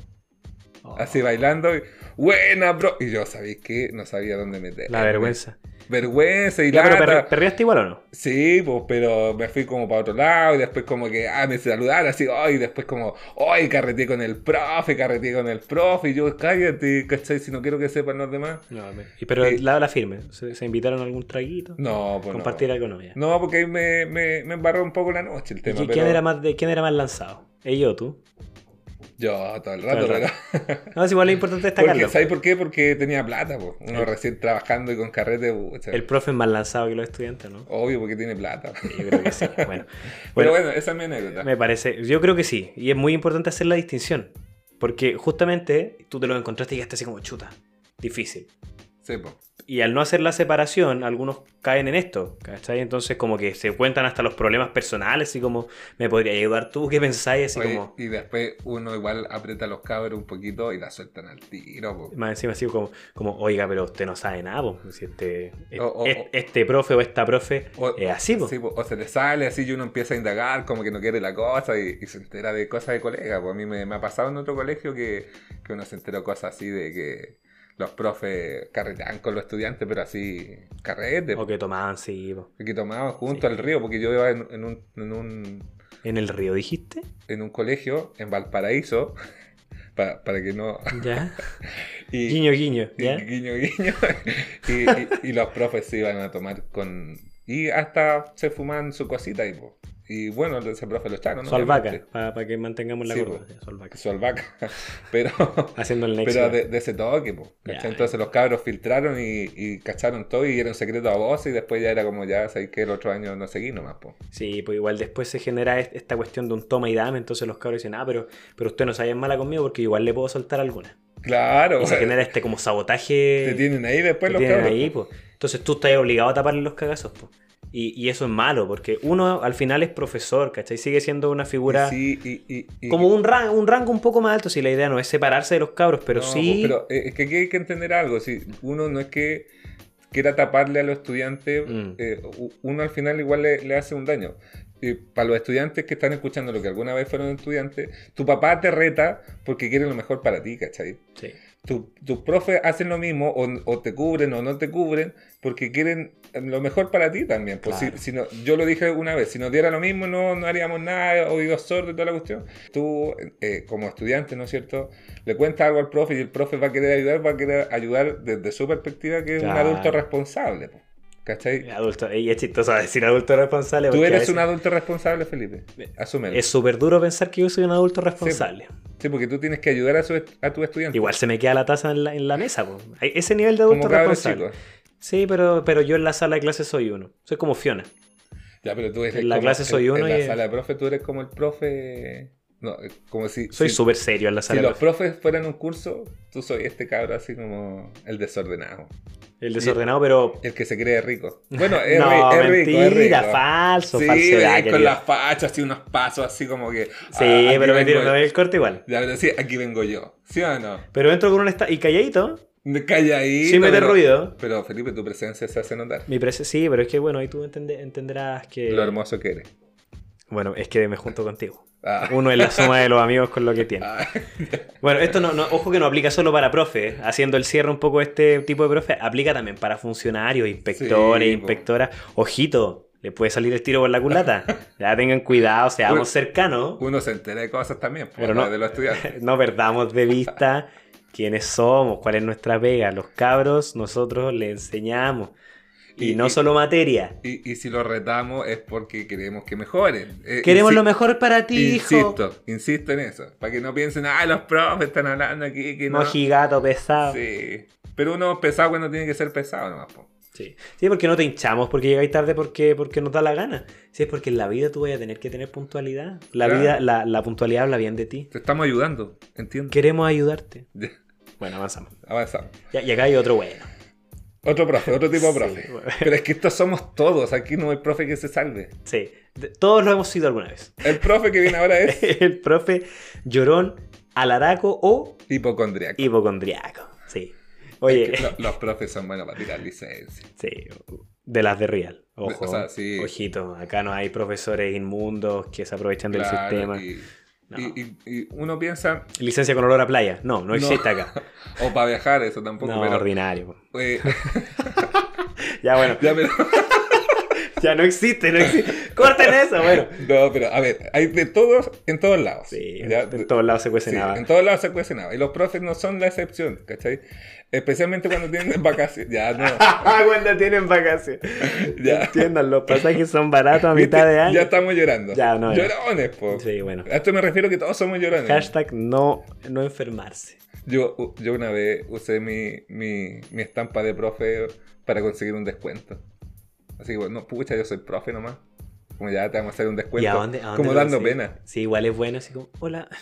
Speaker 3: Oh,
Speaker 2: así bailando, y, buena, bro. Y yo, ¿sabéis qué? No sabía dónde meter.
Speaker 3: la vergüenza.
Speaker 2: Vergüenza y
Speaker 3: Ya, pero
Speaker 2: lata.
Speaker 3: perre- ¿perreaste igual o no?
Speaker 2: Sí, pues, pero me fui como para otro lado y después como que, ah, me saludaron así, ay, y después como, ay, carreteé con el profe, carreteé con el profe, y yo, cállate, ¿cachai? Si no quiero que sepan los demás.
Speaker 3: No, me- y- pero
Speaker 2: Sí.
Speaker 3: la, la firme. ¿Se, se invitaron a algún traguito?
Speaker 2: No, pues
Speaker 3: Compartir
Speaker 2: no.
Speaker 3: algo no, ya.
Speaker 2: No, porque ahí me, me, me embarró un poco la noche el
Speaker 3: ¿Y
Speaker 2: tema,
Speaker 3: qui-
Speaker 2: pero
Speaker 3: ¿Quién, era más de, ¿Quién era más lanzado? ¿Ella o tú?
Speaker 2: yo todo el
Speaker 3: Todo el
Speaker 2: rato,
Speaker 3: rato.
Speaker 2: pero...
Speaker 3: No, es igual lo importante es
Speaker 2: Porque,
Speaker 3: destacarlo.
Speaker 2: ¿Sabes por qué? Porque tenía plata, pues. Uno recién trabajando y con carrete, pucha.
Speaker 3: El profe es más lanzado que los estudiantes, ¿no?
Speaker 2: Obvio, porque tiene plata.
Speaker 3: Sí, Yo creo que sí. *laughs* Bueno,
Speaker 2: *laughs* Pero
Speaker 3: Bueno,
Speaker 2: bueno, esa es mi anécdota.
Speaker 3: me parece. Yo creo que sí. Y es muy importante hacer la distinción. Porque justamente tú te lo encontraste y quedaste así como chuta. Difícil.
Speaker 2: Sí, pues.
Speaker 3: Y al no hacer la separación, algunos caen en esto, ¿cachai? Entonces como que se cuentan hasta los problemas personales, así como, ¿me podría ayudar tú? ¿Qué pensáis? Así
Speaker 2: Oye,
Speaker 3: como,
Speaker 2: Y después uno igual aprieta los cabros un poquito y la sueltan al tiro, po.
Speaker 3: más encima así como, como oiga, pero usted no sabe nada, po. Si este,
Speaker 2: O- o-
Speaker 3: es- este profe o esta profe
Speaker 2: O-
Speaker 3: es así, po.
Speaker 2: Sí, po, o se le sale así y uno empieza a indagar como que no quiere la cosa y, y se entera de cosas de colegas. po. A mí me, me ha pasado en otro colegio que, que uno se enteró cosas así de que los profes carretean con los estudiantes, pero así carrete,
Speaker 3: O
Speaker 2: po,
Speaker 3: que tomaban, sí, po.
Speaker 2: que tomaban junto al río, porque yo iba en, en un, en, un,
Speaker 3: ¿En el río dijiste?
Speaker 2: en un colegio en Valparaíso, *laughs* para, para que no... *laughs*
Speaker 3: Ya.
Speaker 2: y- *laughs*
Speaker 3: Guiño, guiño.
Speaker 2: Y
Speaker 3: ¿ya?
Speaker 2: Guiño, guiño. y, y- y los profes se iban a tomar con. Y hasta se fuman su cosita y, po. y bueno, ese profe lo echaron.
Speaker 3: Su albahaca, para que mantengamos la
Speaker 2: Sí,
Speaker 3: curva.
Speaker 2: pues.
Speaker 3: ya, su albahaca.
Speaker 2: Su albahaca. *laughs* Pero,
Speaker 3: Haciendo el nexo.
Speaker 2: pero de, de ese toque, po, ¿cachai?
Speaker 3: Ya,
Speaker 2: Entonces los cabros filtraron y, y cacharon todo y era un secreto a vos y después ya era como ya, sabéis que el otro año no seguí nomás, po.
Speaker 3: Sí, pues igual después se genera est- esta cuestión de un toma y dame, entonces los cabros dicen, ah, pero, pero usted no se vaya en mala conmigo porque igual le puedo soltar alguna.
Speaker 2: Claro,
Speaker 3: Y se
Speaker 2: po.
Speaker 3: genera este como sabotaje.
Speaker 2: te tienen ahí después
Speaker 3: que
Speaker 2: los
Speaker 3: tienen
Speaker 2: cabros.
Speaker 3: ahí,
Speaker 2: po.
Speaker 3: pues. Entonces tú estás obligado a taparle los cagazos, pues. Y, y eso es malo, porque uno al final es profesor, ¿cachai? Sigue siendo una figura
Speaker 2: Sí, y- y- y-
Speaker 3: como un, ran- un rango un poco más alto, si la idea no es separarse de los cabros, pero
Speaker 2: No,
Speaker 3: sí...
Speaker 2: pues, Pero eh, es que aquí hay que entender algo. Si uno no es que quiera taparle a los estudiantes,
Speaker 3: Mm.
Speaker 2: eh, u- uno al final igual le, le hace un daño. Y para los estudiantes que están escuchando lo que alguna vez fueron estudiantes, tu papá te reta porque quiere lo mejor para ti, ¿cachai?
Speaker 3: Sí.
Speaker 2: Tu- Tus profes hacen lo mismo o, o te cubren o no te cubren porque quieren lo mejor para ti también. Pues si-
Speaker 3: Claro.
Speaker 2: si no- yo lo dije una vez, si nos diera lo mismo no, no haríamos nada, oídos sordos y toda la cuestión. Tú, eh, como estudiante, ¿no es cierto? Le cuentas algo al profe y el profe va a querer ayudar, va a querer ayudar desde su perspectiva que es un
Speaker 3: Claro.
Speaker 2: adulto responsable. po. ¿Cachai?
Speaker 3: Adulto, y es chistoso *laughs* decir adulto responsable.
Speaker 2: Tú
Speaker 3: porque a
Speaker 2: eres
Speaker 3: veces
Speaker 2: un adulto responsable, Felipe. Asúmelo.
Speaker 3: Es súper duro pensar que yo soy un adulto responsable.
Speaker 2: Sí, porque tú tienes que ayudar a, su est- a tu estudiante.
Speaker 3: Igual se me queda la taza en la, en la mesa, po. Hay Ese nivel de
Speaker 2: como
Speaker 3: adulto
Speaker 2: cabros
Speaker 3: responsable.
Speaker 2: chicos.
Speaker 3: Sí, pero, pero yo en la sala de clases soy uno. Soy como Fiona.
Speaker 2: Ya, pero tú eres
Speaker 3: En la
Speaker 2: como-
Speaker 3: clase soy
Speaker 2: en-
Speaker 3: uno
Speaker 2: En la
Speaker 3: y-
Speaker 2: sala de profe tú eres como el profe. No, como si.
Speaker 3: Soy
Speaker 2: si,
Speaker 3: súper serio en la
Speaker 2: si
Speaker 3: sala de
Speaker 2: los profes fueran un curso, tú soy este cabro así como el desordenado.
Speaker 3: clases. El desordenado, pero.
Speaker 2: El que se cree rico.
Speaker 3: *laughs*
Speaker 2: Bueno, es,
Speaker 3: no,
Speaker 2: ri- es rico,
Speaker 3: mentira,
Speaker 2: es rico.
Speaker 3: falso,
Speaker 2: Sí,
Speaker 3: falsedad,
Speaker 2: venís con
Speaker 3: querido.
Speaker 2: las fachas, así unos pasos así como que.
Speaker 3: Sí,
Speaker 2: ah, aquí
Speaker 3: pero me
Speaker 2: vengo
Speaker 3: dieron
Speaker 2: yo.
Speaker 3: el corte igual.
Speaker 2: Ya, pero sí, aquí vengo yo. ¿Sí o no?
Speaker 3: Pero entro con un esta y calladito,
Speaker 2: Me calla ahí.
Speaker 3: sin meter
Speaker 2: pero-
Speaker 3: ruido.
Speaker 2: Pero Felipe, tu presencia se hace notar.
Speaker 3: Mi prese- sí, pero es que bueno, ahí tú entende- entenderás que.
Speaker 2: Lo hermoso que eres.
Speaker 3: Bueno, es que me junto contigo.
Speaker 2: Ah,
Speaker 3: Uno es la suma de los amigos con lo que tiene.
Speaker 2: ah,
Speaker 3: Bueno, esto no, no- ojo que no aplica solo para profe, ¿eh? haciendo el cierre un poco de este tipo de profe, aplica también para funcionarios, inspectores,
Speaker 2: Sí, po.
Speaker 3: inspectoras. Ojito, le puede salir el tiro por la culata. Ya tengan cuidado,
Speaker 2: Bueno.
Speaker 3: seamos cercanos,
Speaker 2: uno se entera de cosas también,
Speaker 3: Pero
Speaker 2: pero
Speaker 3: no.
Speaker 2: de los estudiantes.
Speaker 3: *laughs* no perdamos de vista quiénes somos, cuál es nuestra pega. Los cabros, nosotros le enseñamos. Y,
Speaker 2: Y-
Speaker 3: no
Speaker 2: y-
Speaker 3: solo materia.
Speaker 2: Y, y si lo retamos es porque queremos que mejoren. Eh,
Speaker 3: Queremos
Speaker 2: insi-
Speaker 3: lo mejor para ti, hijo.
Speaker 2: Insisto, insisto en eso. Para que no piensen, ah, los profes están hablando aquí, que no.
Speaker 3: Mojigato pesado.
Speaker 2: Sí. Pero uno es pesado cuando tiene que ser pesado nomás. po.
Speaker 3: Sí. sí, porque no te hinchamos, porque llegáis tarde porque, porque nos da la gana. Sí, es porque en la vida tú vas a tener que tener puntualidad. La
Speaker 2: Claro.
Speaker 3: vida, la, la puntualidad habla bien de ti.
Speaker 2: Te estamos ayudando, entiendo.
Speaker 3: Queremos ayudarte.
Speaker 2: Ya,
Speaker 3: Bueno, avanzamos.
Speaker 2: Avanzamos.
Speaker 3: Ya- y acá hay otro bueno.
Speaker 2: Otro profe, otro tipo de
Speaker 3: Sí,
Speaker 2: profe.
Speaker 3: bueno. *laughs*
Speaker 2: Pero es que estos somos todos. Aquí no hay profe que se salve.
Speaker 3: Sí. De- Todos lo hemos sido alguna vez. *laughs*
Speaker 2: El profe que viene ahora es
Speaker 3: El profe llorón, alaraco o
Speaker 2: hipocondriaco.
Speaker 3: hipocondriaco. Sí.
Speaker 2: Es que
Speaker 3: Oye,
Speaker 2: lo- los profes son buenos para tirar licencia.
Speaker 3: *laughs* sí. De las de Real. Ojo.
Speaker 2: O sea, sí.
Speaker 3: Ojito. Acá no hay profesores inmundos que se aprovechan del
Speaker 2: Claro,
Speaker 3: sistema.
Speaker 2: y-
Speaker 3: No.
Speaker 2: y- y- y uno piensa,
Speaker 3: Licencia con olor a playa. No, no
Speaker 2: No.
Speaker 3: existe
Speaker 2: *laughs*
Speaker 3: acá.
Speaker 2: o para viajar, eso tampoco.
Speaker 3: No,
Speaker 2: pero,
Speaker 3: ordinario. po.
Speaker 2: eh,
Speaker 3: Ya bueno,
Speaker 2: ya, pero- *laughs*
Speaker 3: ya no existe, no existe. Corten eso, bueno.
Speaker 2: No, pero a ver, hay de todos en todos lados.
Speaker 3: Sí,
Speaker 2: Ya,
Speaker 3: en todos lados se cuece
Speaker 2: sí,
Speaker 3: nada.
Speaker 2: en todos lados se cuece nada. Y los profes no son la excepción, ¿cachai? Especialmente cuando tienen *laughs* vacaciones. Ya,
Speaker 3: *laughs*
Speaker 2: no.
Speaker 3: *laughs* Cuando tienen vacaciones.
Speaker 2: Ya.
Speaker 3: Entiendan, los pasajes son baratos a
Speaker 2: ¿Viste?
Speaker 3: mitad de
Speaker 2: *laughs*
Speaker 3: año.
Speaker 2: Ya estamos llorando.
Speaker 3: Ya, no, ya.
Speaker 2: Llorones, po.
Speaker 3: Sí, bueno.
Speaker 2: A esto me refiero que todos somos llorones.
Speaker 3: Hashtag no, no enfermarse.
Speaker 2: Yo, u- yo una vez usé mi, mi, mi estampa de profe para conseguir un descuento. Así que, bueno, no, pucha, yo soy profe nomás. Como ya te vamos a hacer un descuento.
Speaker 3: ¿Y a dónde? a dónde
Speaker 2: como
Speaker 3: lo
Speaker 2: dando
Speaker 3: conseguí?
Speaker 2: pena. *laughs*
Speaker 3: Sí, igual es bueno, así como, hola. *laughs*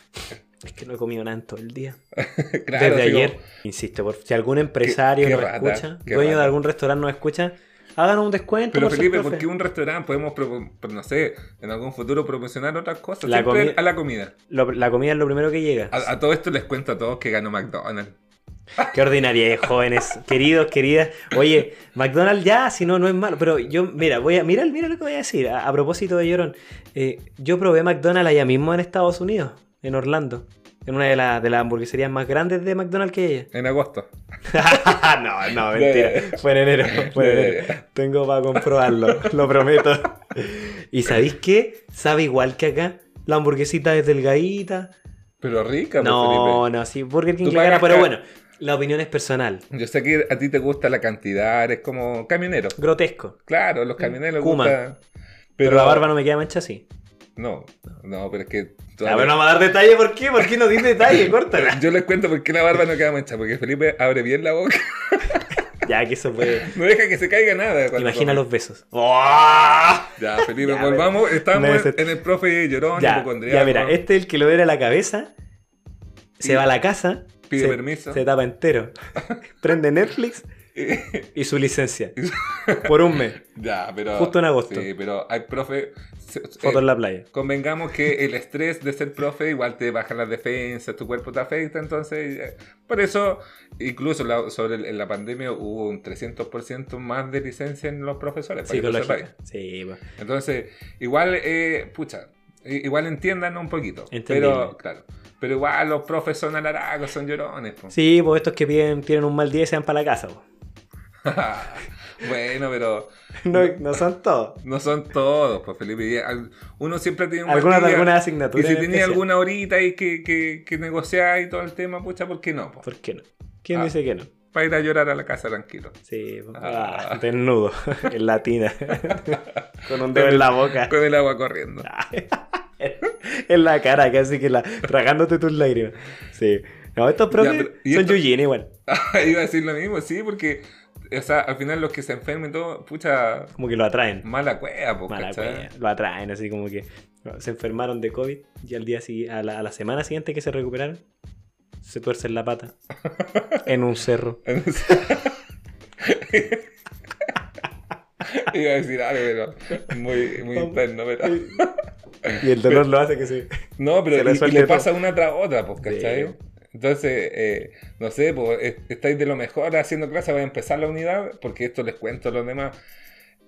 Speaker 3: Es que no he comido nada en todo el día.
Speaker 2: claro,
Speaker 3: Desde
Speaker 2: así como,
Speaker 3: ayer, insisto, por, si algún empresario
Speaker 2: qué
Speaker 3: nos
Speaker 2: rata,
Speaker 3: escucha,
Speaker 2: qué
Speaker 3: dueño de
Speaker 2: rata.
Speaker 3: algún restaurante nos escucha, hagan un descuento.
Speaker 2: Pero
Speaker 3: por ser
Speaker 2: Felipe,
Speaker 3: profe.
Speaker 2: ¿por qué un restaurante podemos, propo- pro- no sé, en algún futuro promocionar otras cosas?
Speaker 3: La
Speaker 2: Siempre
Speaker 3: comi-
Speaker 2: a la comida.
Speaker 3: Lo- la comida es lo primero que llega.
Speaker 2: A, a todo esto les cuento a todos que ganó McDonald's.
Speaker 3: Qué ordinaria,
Speaker 2: *laughs*
Speaker 3: jóvenes, queridos, queridas. Oye, McDonald's ya, si no, no es malo. Pero yo, mira, voy a, mira, mira lo que voy a decir. A, a propósito de Llorón, Eh, yo probé McDonald's allá mismo en Estados Unidos, en Orlando. En una de, la- de las hamburgueserías más grandes de McDonald's que hay allá.
Speaker 2: En agosto.
Speaker 3: *laughs* no, no,
Speaker 2: *laughs*
Speaker 3: mentira. Fue en enero. Fue en enero. Tengo para comprobarlo, lo
Speaker 2: *laughs*
Speaker 3: prometo. ¿Y sabéis qué? Sabe igual que acá. La hamburguesita es delgadita.
Speaker 2: Pero rica, pues,
Speaker 3: No,
Speaker 2: Felipe.
Speaker 3: no, sí, Burger King
Speaker 2: Tú
Speaker 3: le gana,
Speaker 2: pagas
Speaker 3: pero
Speaker 2: ca-
Speaker 3: bueno. La opinión es personal.
Speaker 2: Yo sé que a ti te gusta la cantidad, eres como camionero.
Speaker 3: Grotesco.
Speaker 2: Claro, los camioneros
Speaker 3: Kuma.
Speaker 2: gustan.
Speaker 3: Pero, la barba no me queda mancha así.
Speaker 2: No, no, pero es que.
Speaker 3: A ver, no vamos a dar detalle. ¿Por qué? ¿Por qué no dice
Speaker 2: *laughs*
Speaker 3: detalle? Córtala.
Speaker 2: Yo les cuento por qué la barba no queda mancha, porque Felipe abre bien la boca, *laughs*
Speaker 3: ya, que eso puede.
Speaker 2: no deja que se caiga nada. cuando
Speaker 3: Imagina
Speaker 2: come.
Speaker 3: los besos. ¡Oh!
Speaker 2: Ya, Felipe,
Speaker 3: Ya,
Speaker 2: volvamos.
Speaker 3: me
Speaker 2: Estamos
Speaker 3: desest-
Speaker 2: en el profe llorón,
Speaker 3: Ya,
Speaker 2: hipocondriaco, *laughs*
Speaker 3: ya, mira, este es el que lo era la cabeza, se
Speaker 2: Pide-
Speaker 3: va a la casa,
Speaker 2: pide
Speaker 3: se,
Speaker 2: permiso.
Speaker 3: se
Speaker 2: *laughs*
Speaker 3: tapa entero, prende Netflix y su licencia.
Speaker 2: *laughs*
Speaker 3: Por un mes,
Speaker 2: Ya, pero.
Speaker 3: Justo en agosto.
Speaker 2: Sí, pero hay profe. se- eh,
Speaker 3: foto en la playa.
Speaker 2: Convengamos que el estrés de ser profe igual te baja las defensas, tu cuerpo te afecta, entonces eh, por eso incluso la- sobre el- en la pandemia hubo un 300% más de licencia en los profesores. para que tú
Speaker 3: Psicológica.
Speaker 2: sepáis.
Speaker 3: Sí, pues.
Speaker 2: Entonces, igual, eh, pucha, i- igual entiendan un poquito.
Speaker 3: Entendible.
Speaker 2: Pero, claro, pero igual los profes son alaragos, son llorones. po.
Speaker 3: Sí, pues estos que piden, tienen un mal día y se van para la casa. pues.
Speaker 2: *laughs* bueno, pero
Speaker 3: *laughs* No, no son todos.
Speaker 2: no son todos, pues Felipe. y al- Uno siempre tiene un buen
Speaker 3: Algunas de
Speaker 2: día.
Speaker 3: algunas
Speaker 2: Y
Speaker 3: asignaturas.
Speaker 2: si
Speaker 3: en
Speaker 2: tenía
Speaker 3: especial.
Speaker 2: alguna horita y que, que, que negociar y todo el tema, pucha, ¿por qué no? po?
Speaker 3: ¿Por qué no? ¿Quién
Speaker 2: Ah.
Speaker 3: dice que no?
Speaker 2: Para ir a llorar a la casa tranquilo.
Speaker 3: Sí, pues.
Speaker 2: Ah.
Speaker 3: Ah, desnudo, *laughs* en latina, *laughs* con un dedo en la boca.
Speaker 2: Con el agua corriendo.
Speaker 3: en la cara, casi que la, tragándote tus lágrimas. Sí. No, estos profes
Speaker 2: pero- ¿y
Speaker 3: son
Speaker 2: esto-
Speaker 3: Yujin igual.
Speaker 2: *laughs* Iba a decir lo mismo, sí, porque o sea, al final los que se enfermen y todo, pucha,
Speaker 3: Como que lo atraen.
Speaker 2: mala cueva, po,
Speaker 3: Mala
Speaker 2: Mm, ¿cachai?
Speaker 3: wea, Lo atraen, así como que se enfermaron de COVID y al día sigui- a la, a la semana siguiente que se recuperaron, se tuercen
Speaker 2: *laughs*
Speaker 3: la pata en un cerro.
Speaker 2: Iba a decir algo, pero muy, muy interno, pero.
Speaker 3: Y el dolor lo hace que se.
Speaker 2: No, pero
Speaker 3: Se le
Speaker 2: y- y
Speaker 3: suelte
Speaker 2: le
Speaker 3: todo.
Speaker 2: pasa una tras otra, pues, ¿cachai?
Speaker 3: Sí.
Speaker 2: Entonces, eh, no sé, pues, es- estáis de lo mejor haciendo clase, vais a empezar la unidad, porque esto les cuento a los demás.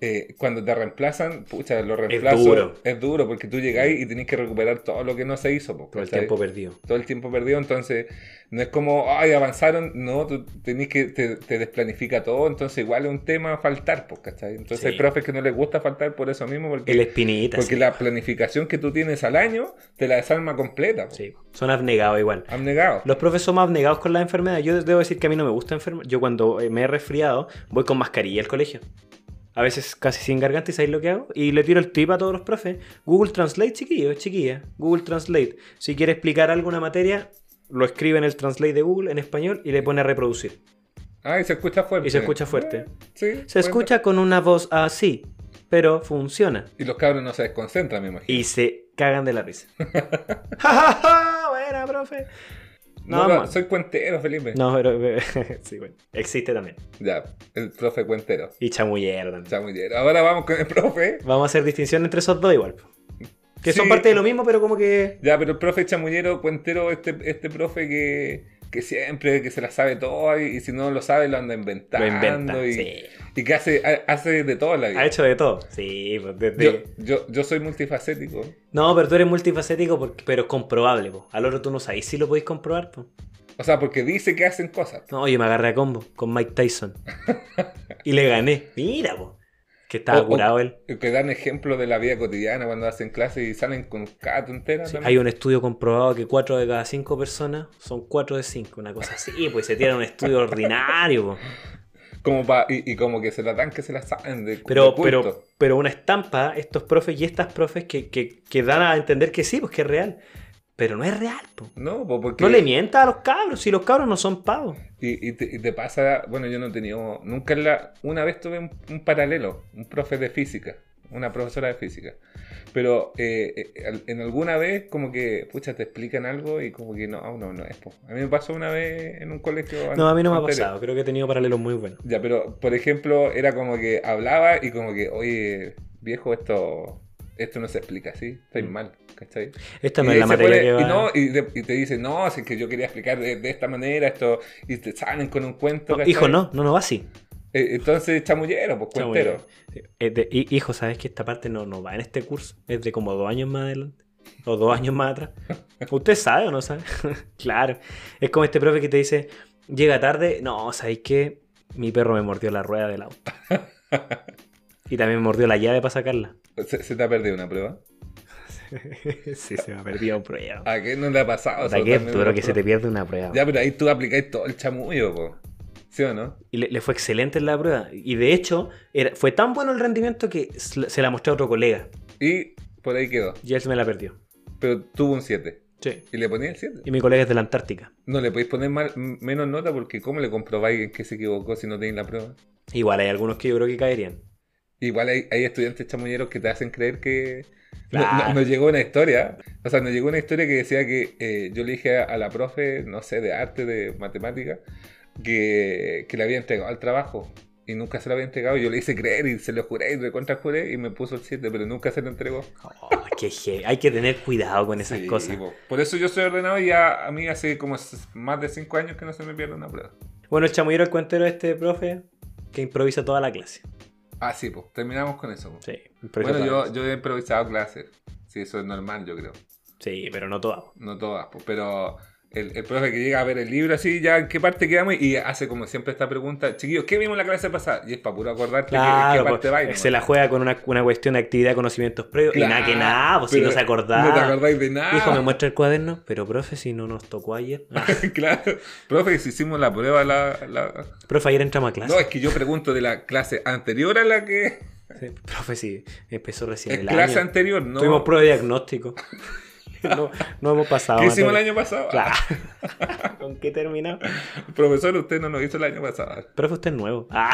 Speaker 2: Eh, cuando te reemplazan, pucha, lo reemplazo.
Speaker 3: duro.
Speaker 2: Es duro, porque tú llegáis y tenés que recuperar todo lo que no se hizo, pues,
Speaker 3: Todo el
Speaker 2: ¿cachai?
Speaker 3: tiempo perdido.
Speaker 2: Todo el tiempo perdido, entonces no es como, ay, avanzaron, no, tú tenés que, te, te desplanifica todo, entonces igual es un tema faltar, pues, ¿cachai? Entonces
Speaker 3: Sí.
Speaker 2: hay profes que no les gusta faltar por eso mismo, porque
Speaker 3: El espinita.
Speaker 2: porque
Speaker 3: sí.
Speaker 2: la planificación que tú tienes al año te la desarma completa. po.
Speaker 3: Sí, son abnegados igual.
Speaker 2: Han negado.
Speaker 3: Los profes son más abnegados con la enfermedad. Yo debo decir que a mí no me gusta enfermar. Yo cuando eh, me he resfriado, voy con mascarilla al colegio. A veces casi sin garganta y sabéis lo que hago. Y le tiro el tip a todos los profes. Google Translate, chiquillo, chiquilla. Google Translate. Si quiere explicar alguna materia, lo escribe en el Translate de Google en español y le pone a reproducir.
Speaker 2: Ah, y se escucha fuerte.
Speaker 3: Y se escucha fuerte.
Speaker 2: Eh, sí,
Speaker 3: Se
Speaker 2: bueno.
Speaker 3: escucha con una voz así, pero funciona.
Speaker 2: Y los cabros no se desconcentran, me imagino.
Speaker 3: Y se cagan de la risa. *laughs* ¡Ja, ja, ja! Buena, profe.
Speaker 2: No,
Speaker 3: No,
Speaker 2: no,
Speaker 3: man.
Speaker 2: soy cuentero, Felipe.
Speaker 3: No, pero. *laughs* sí, bueno. Existe también.
Speaker 2: Ya, el profe cuentero.
Speaker 3: Y chamullero también.
Speaker 2: Está muy bien. Ahora vamos con el *laughs* profe.
Speaker 3: Vamos a hacer distinción entre esos dos igual. po. Que son
Speaker 2: Sí.
Speaker 3: parte de lo mismo, pero como que.
Speaker 2: Ya, pero el profe chamullero, cuentero, este, este profe que, que siempre que se la sabe todo y, y si no lo sabe lo anda inventando.
Speaker 3: Lo inventa.
Speaker 2: y,
Speaker 3: Sí.
Speaker 2: y que hace, ha- hace de todo en la vida.
Speaker 3: Ha hecho de todo. Sí, pues desde.
Speaker 2: yo, yo, yo soy multifacético.
Speaker 3: No, pero tú eres multifacético, porque- pero es comprobable, po. Al otro tú no sabés si lo podéis comprobar, po.
Speaker 2: O sea, porque dice que hacen cosas.
Speaker 3: No, yo me agarré a combo con Mike
Speaker 2: *laughs*
Speaker 3: Tyson. y le gané. Mira, po. Que estaba
Speaker 2: O- o-
Speaker 3: curado él.
Speaker 2: que dan ejemplo de la vida cotidiana cuando hacen clases y salen con cato entera.
Speaker 3: Sí,
Speaker 2: también.
Speaker 3: hay un estudio comprobado que 4 de cada 5 personas son 4 de 5, una cosa así, pues se tiran
Speaker 2: *laughs*
Speaker 3: un estudio ordinario. po.
Speaker 2: como pa- y, y como que se la dan que se la saben de de
Speaker 3: Pero,
Speaker 2: culto.
Speaker 3: pero, pero una estampa, estos profes y estas profes que, que, que dan a entender que sí, pues que es real. Pero no es real, po.
Speaker 2: No, po, porque
Speaker 3: No le mientas a los cabros, si los cabros no son pavos.
Speaker 2: y, y te, y te pasa, bueno, yo no he tenido, nunca en la, una vez tuve un, un paralelo, un profe de física, una profesora de física, pero eh, eh, al- en alguna vez como que, pucha, te explican algo y como que no, no, no es, po. a mí me pasó una vez en un colegio. an-
Speaker 3: No, a mí no me ha
Speaker 2: anterior.
Speaker 3: pasado, creo que he tenido paralelos muy buenos.
Speaker 2: Ya, pero por ejemplo, era como que hablaba y como que, oye, viejo, esto, esto no se explica así, estoy
Speaker 3: Mm.
Speaker 2: mal, ¿cachai?
Speaker 3: Esta
Speaker 2: y,
Speaker 3: no
Speaker 2: ahí
Speaker 3: es la
Speaker 2: se
Speaker 3: materia
Speaker 2: pone-
Speaker 3: que va.
Speaker 2: y no, y, de- y te dicen, no, si es que yo quería explicar de, de esta manera esto, y te salen con un cuento.
Speaker 3: No,
Speaker 2: ¿cachai?
Speaker 3: hijo, no, no, no va así.
Speaker 2: Eh, entonces, chamullero, pues cuentero.
Speaker 3: Es Eh, de- hi- hijo, ¿sabes que esta parte no, no va en este curso? Es de como dos años más adelante. O dos años más
Speaker 2: *laughs*
Speaker 3: atrás. ¿Usted sabe o no sabe? *laughs* claro. Es como este profe que te dice, llega tarde. No, ¿sabes qué? Mi perro me mordió la rueda
Speaker 2: *laughs*
Speaker 3: del auto. y también me mordió la llave para sacarla.
Speaker 2: *laughs* ¿Se, se te ha perdido una prueba?
Speaker 3: sí, se me ha perdido un prueba.
Speaker 2: ¿A qué no le ha pasado?
Speaker 3: Puta,
Speaker 2: Ah, Eso
Speaker 3: qué
Speaker 2: también
Speaker 3: duro
Speaker 2: lo-
Speaker 3: que se te pierde una prueba.
Speaker 2: Ya, pero ahí tú aplicáis todo el chamullo, po. ¿Sí o no?
Speaker 3: Y le, le fue excelente en la prueba. Y de hecho, era- fue tan bueno el rendimiento que s- se la mostré a otro colega.
Speaker 2: Y por ahí quedó.
Speaker 3: Y él se me la perdió.
Speaker 2: Pero tuvo un 7.
Speaker 3: Sí.
Speaker 2: Y le ponía el 7.
Speaker 3: Y mi colega es de la Antártica.
Speaker 2: No le podéis poner mal- m- menos nota porque ¿cómo le comprobáis en que se equivocó si no tenéis la prueba?
Speaker 3: Igual hay algunos que yo creo que caerían.
Speaker 2: Igual hay, hay estudiantes chamulleros que te hacen creer que... No-
Speaker 3: Claro.
Speaker 2: No, nos llegó una historia, o sea, nos llegó una historia que decía que eh, yo le dije a, a la profe, no sé, de arte, de matemática, que, que le había entregado al trabajo y nunca se lo había entregado. Yo le hice creer y se lo juré y lo contrajuré y me puso el 7, pero nunca se lo entregó.
Speaker 3: Oh, qué heavy. Hay que tener cuidado con esas
Speaker 2: Sí,
Speaker 3: cosas.
Speaker 2: po. Por eso yo soy ordenado y ya a mí hace como s- más de 5 años que no se me pierde una prueba.
Speaker 3: Bueno, el chamullero, el cuentero este profe, que improvisa toda la clase.
Speaker 2: Ah, sí, pues terminamos con eso. po.
Speaker 3: Sí,
Speaker 2: Bueno,
Speaker 3: improvisa toda la
Speaker 2: yo,
Speaker 3: clase.
Speaker 2: yo he improvisado clases. Sí, eso es normal, yo creo.
Speaker 3: Sí, pero no todas.
Speaker 2: No todas, pues, pero el, el profe que llega a ver el libro así, ya en qué parte quedamos y hace como siempre esta pregunta, chiquillos, ¿qué vimos en la clase pasada? Y es para puro acordarte que-
Speaker 3: Claro,
Speaker 2: qué
Speaker 3: pues,
Speaker 2: parte va. y
Speaker 3: se
Speaker 2: nomás.
Speaker 3: la juega con una, una cuestión de actividad, conocimientos previos. y nada que nada, pues si
Speaker 2: Claro,
Speaker 3: no se acordaba.
Speaker 2: No te acordáis de
Speaker 3: Hijo, me
Speaker 2: nada.
Speaker 3: muestra el cuaderno, pero profe, si no nos tocó ayer. Ah,
Speaker 2: *laughs* claro. Profe, si hicimos la prueba, la, la-
Speaker 3: profe, ayer entramos a clase.
Speaker 2: No, es que yo pregunto de la clase anterior a la que...
Speaker 3: Sí, profe, sí, empezó recién
Speaker 2: Es *laughs*
Speaker 3: el
Speaker 2: clase
Speaker 3: año.
Speaker 2: anterior, ¿no?
Speaker 3: Tuvimos prueba de
Speaker 2: *laughs*
Speaker 3: diagnóstico. no, no hemos pasado.
Speaker 2: ¿Qué hicimos el año
Speaker 3: Mateo.
Speaker 2: pasado?
Speaker 3: Claro. ¿Con qué terminó?
Speaker 2: *laughs* Profesor, usted no nos hizo el año pasado.
Speaker 3: Profe, usted es nuevo.
Speaker 2: *laughs*
Speaker 3: Ah.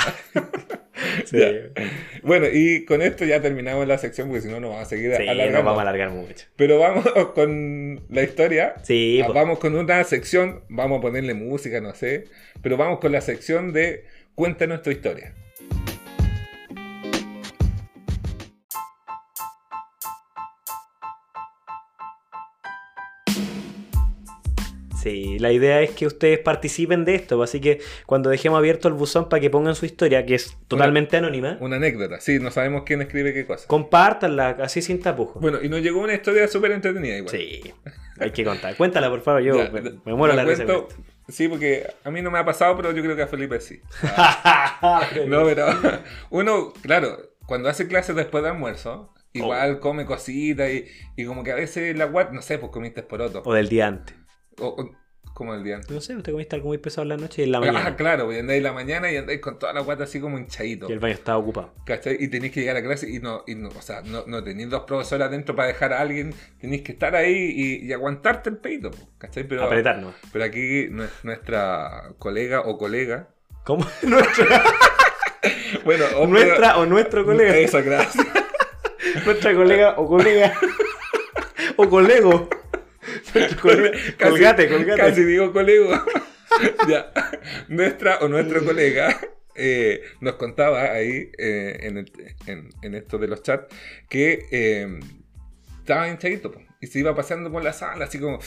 Speaker 3: Sí,
Speaker 2: Ya. Bueno, y con esto ya terminamos la sección porque si no nos vamos a seguir
Speaker 3: sí,
Speaker 2: alargando.
Speaker 3: nos vamos a alargar mucho.
Speaker 2: Pero vamos *laughs* con la historia.
Speaker 3: Sí,
Speaker 2: Ah,
Speaker 3: pues,
Speaker 2: vamos con una sección, vamos a ponerle música, no sé, pero vamos con la sección de Cuéntanos tu historia.
Speaker 3: sí, la idea es que ustedes participen de esto. Así que cuando dejemos abierto el buzón para que pongan su historia, que es totalmente anónima,
Speaker 2: Una anécdota, sí, no sabemos quién escribe qué cosa.
Speaker 3: compártanla así sin tapujos.
Speaker 2: Bueno, y nos llegó una historia súper entretenida igual.
Speaker 3: Sí, hay que contar. Cuéntala, por favor. Yo
Speaker 2: Ya,
Speaker 3: me,
Speaker 2: la-
Speaker 3: me muero
Speaker 2: la
Speaker 3: la risa.
Speaker 2: cuento.
Speaker 3: con esto.
Speaker 2: Sí, porque a mí no me ha pasado, pero yo creo que a Felipe sí. No, pero *laughs* uno, claro, cuando hace clases después de almuerzo,
Speaker 3: Oh.
Speaker 2: igual come cositas y, y como que a veces la guat, no sé, pues comiste poroto.
Speaker 3: *laughs* O del día antes.
Speaker 2: O, o- como el día antes.
Speaker 3: No sé, usted comiste algo muy pesado en la noche y en
Speaker 2: *laughs*
Speaker 3: la
Speaker 2: Ah,
Speaker 3: mañana.
Speaker 2: claro, y andáis la mañana y andáis con toda la guata así como hinchadito.
Speaker 3: Y el baño estaba ocupado.
Speaker 2: ¿Cachai? Y tenéis que llegar a clase y no, y no o sea, no, no tenéis dos profesores adentro para dejar a alguien, tenéis que estar ahí y, y aguantarte el peito, po, ¿cachai? Pero,
Speaker 3: Apretar nomás.
Speaker 2: pero aquí nue- nuestra colega o colega, *laughs*
Speaker 3: ¿Cómo? Nuestra,
Speaker 2: bueno, o
Speaker 3: *laughs* nuestra o nuestro
Speaker 2: *laughs*
Speaker 3: colega.
Speaker 2: Eso, gracias.
Speaker 3: Nuestra colega
Speaker 2: *laughs*
Speaker 3: o colega. o colego. Nuestro colega.
Speaker 2: Casi-
Speaker 3: colgate, colgate.
Speaker 2: Casi digo colega. *laughs* ya. Nuestra o nuestro
Speaker 3: Mm.
Speaker 2: colega eh, nos contaba ahí eh, en, el- en- en esto de los chats que eh, estaba hinchadito po, y se iba pasando por la sala, así como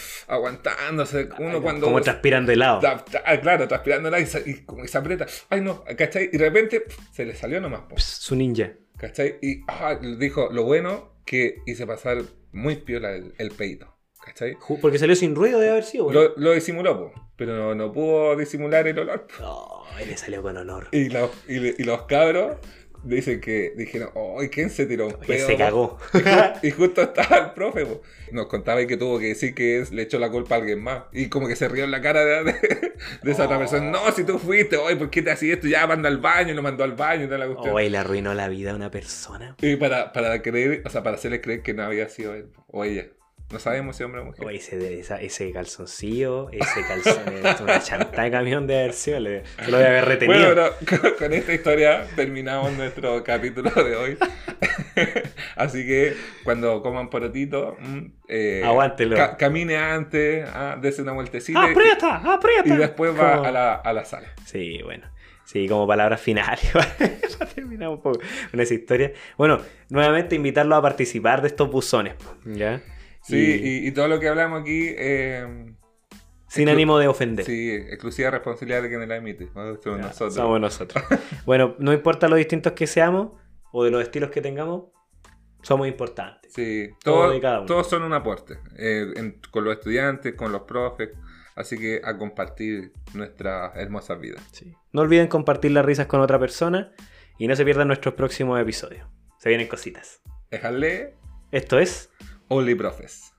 Speaker 2: aguantándose. Uno cuando.
Speaker 3: Como transpiran de helado.
Speaker 2: Ta- ta- ah, claro, transpirando y, se- y como que se aprieta. Ay, no, ¿cachai? Y de repente pf, se le salió nomás, po,
Speaker 3: Pss, Su ninja.
Speaker 2: ¿cachai? Y ah, dijo lo bueno que hice pasar muy piola el, el peito, ¿cachai?
Speaker 3: Ju- Porque salió sin ruido de haber sido, güey.
Speaker 2: Lo, lo disimuló, po, pero no, no pudo disimular el olor. po.
Speaker 3: Oh, y le salió con honor.
Speaker 2: Y los, y, le- y los cabros dicen que dijeron, ¡ay, quién se tiró un
Speaker 3: Que
Speaker 2: pedo,
Speaker 3: se
Speaker 2: po?"
Speaker 3: cagó.
Speaker 2: Y justo estaba el profe, po. nos contaba y que tuvo que decir que es- le echó la culpa a alguien más. Y como que se rió en la cara de, de- de esa otra
Speaker 3: Oh.
Speaker 2: persona. No, si tú fuiste, hoy, ¿por qué te hacías esto? Ya manda al baño, y lo mandó al baño, y toda la *laughs* cuestión.
Speaker 3: Oh, y le arruinó la vida a una persona.
Speaker 2: Y para, para creer, o sea, para hacerle creer que no había sido él po, o ella. No sabemos si hombre o mujer.
Speaker 3: Oye, ese, de- esa- ese calzoncillo, ese calzón, es una chanta de camión de haber sido, le- se lo voy a haber retenido.
Speaker 2: Bueno, pero *laughs* con, con esta historia terminamos nuestro capítulo de hoy. *laughs* Así que cuando coman porotito, mm, eh,
Speaker 3: Aguántelo.
Speaker 2: ca- camine antes, ah, dese una vueltecita y-
Speaker 3: ¡Aprieta!
Speaker 2: y,
Speaker 3: ¡Aprieta!
Speaker 2: después va
Speaker 3: Como-
Speaker 2: a la, a la sala.
Speaker 3: Sí, bueno. Sí, como palabras *laughs* finales. para terminar un poco con esa historia. Bueno, nuevamente invitarlos a participar de estos buzones. po, ¿Ya?
Speaker 2: Sí, y, y todo lo que hablamos aquí, eh,
Speaker 3: Sin ánimo de ofender.
Speaker 2: sí, exclusiva responsabilidad de quien la emite. ¿no? Somos
Speaker 3: Ya,
Speaker 2: nosotros.
Speaker 3: Somos nosotros. *laughs* bueno, no importa lo distintos que seamos o de los estilos que tengamos, somos importantes.
Speaker 2: Sí,
Speaker 3: Todo
Speaker 2: todo-
Speaker 3: de cada uno.
Speaker 2: todos son un aporte, eh, en- con los estudiantes, con los profes. Así que a compartir nuestras hermosas vidas.
Speaker 3: Sí. No olviden compartir las risas con otra persona y no se pierdan nuestros próximos episodios. Se vienen cositas.
Speaker 2: Dejarle
Speaker 3: Esto es
Speaker 2: Only Profes.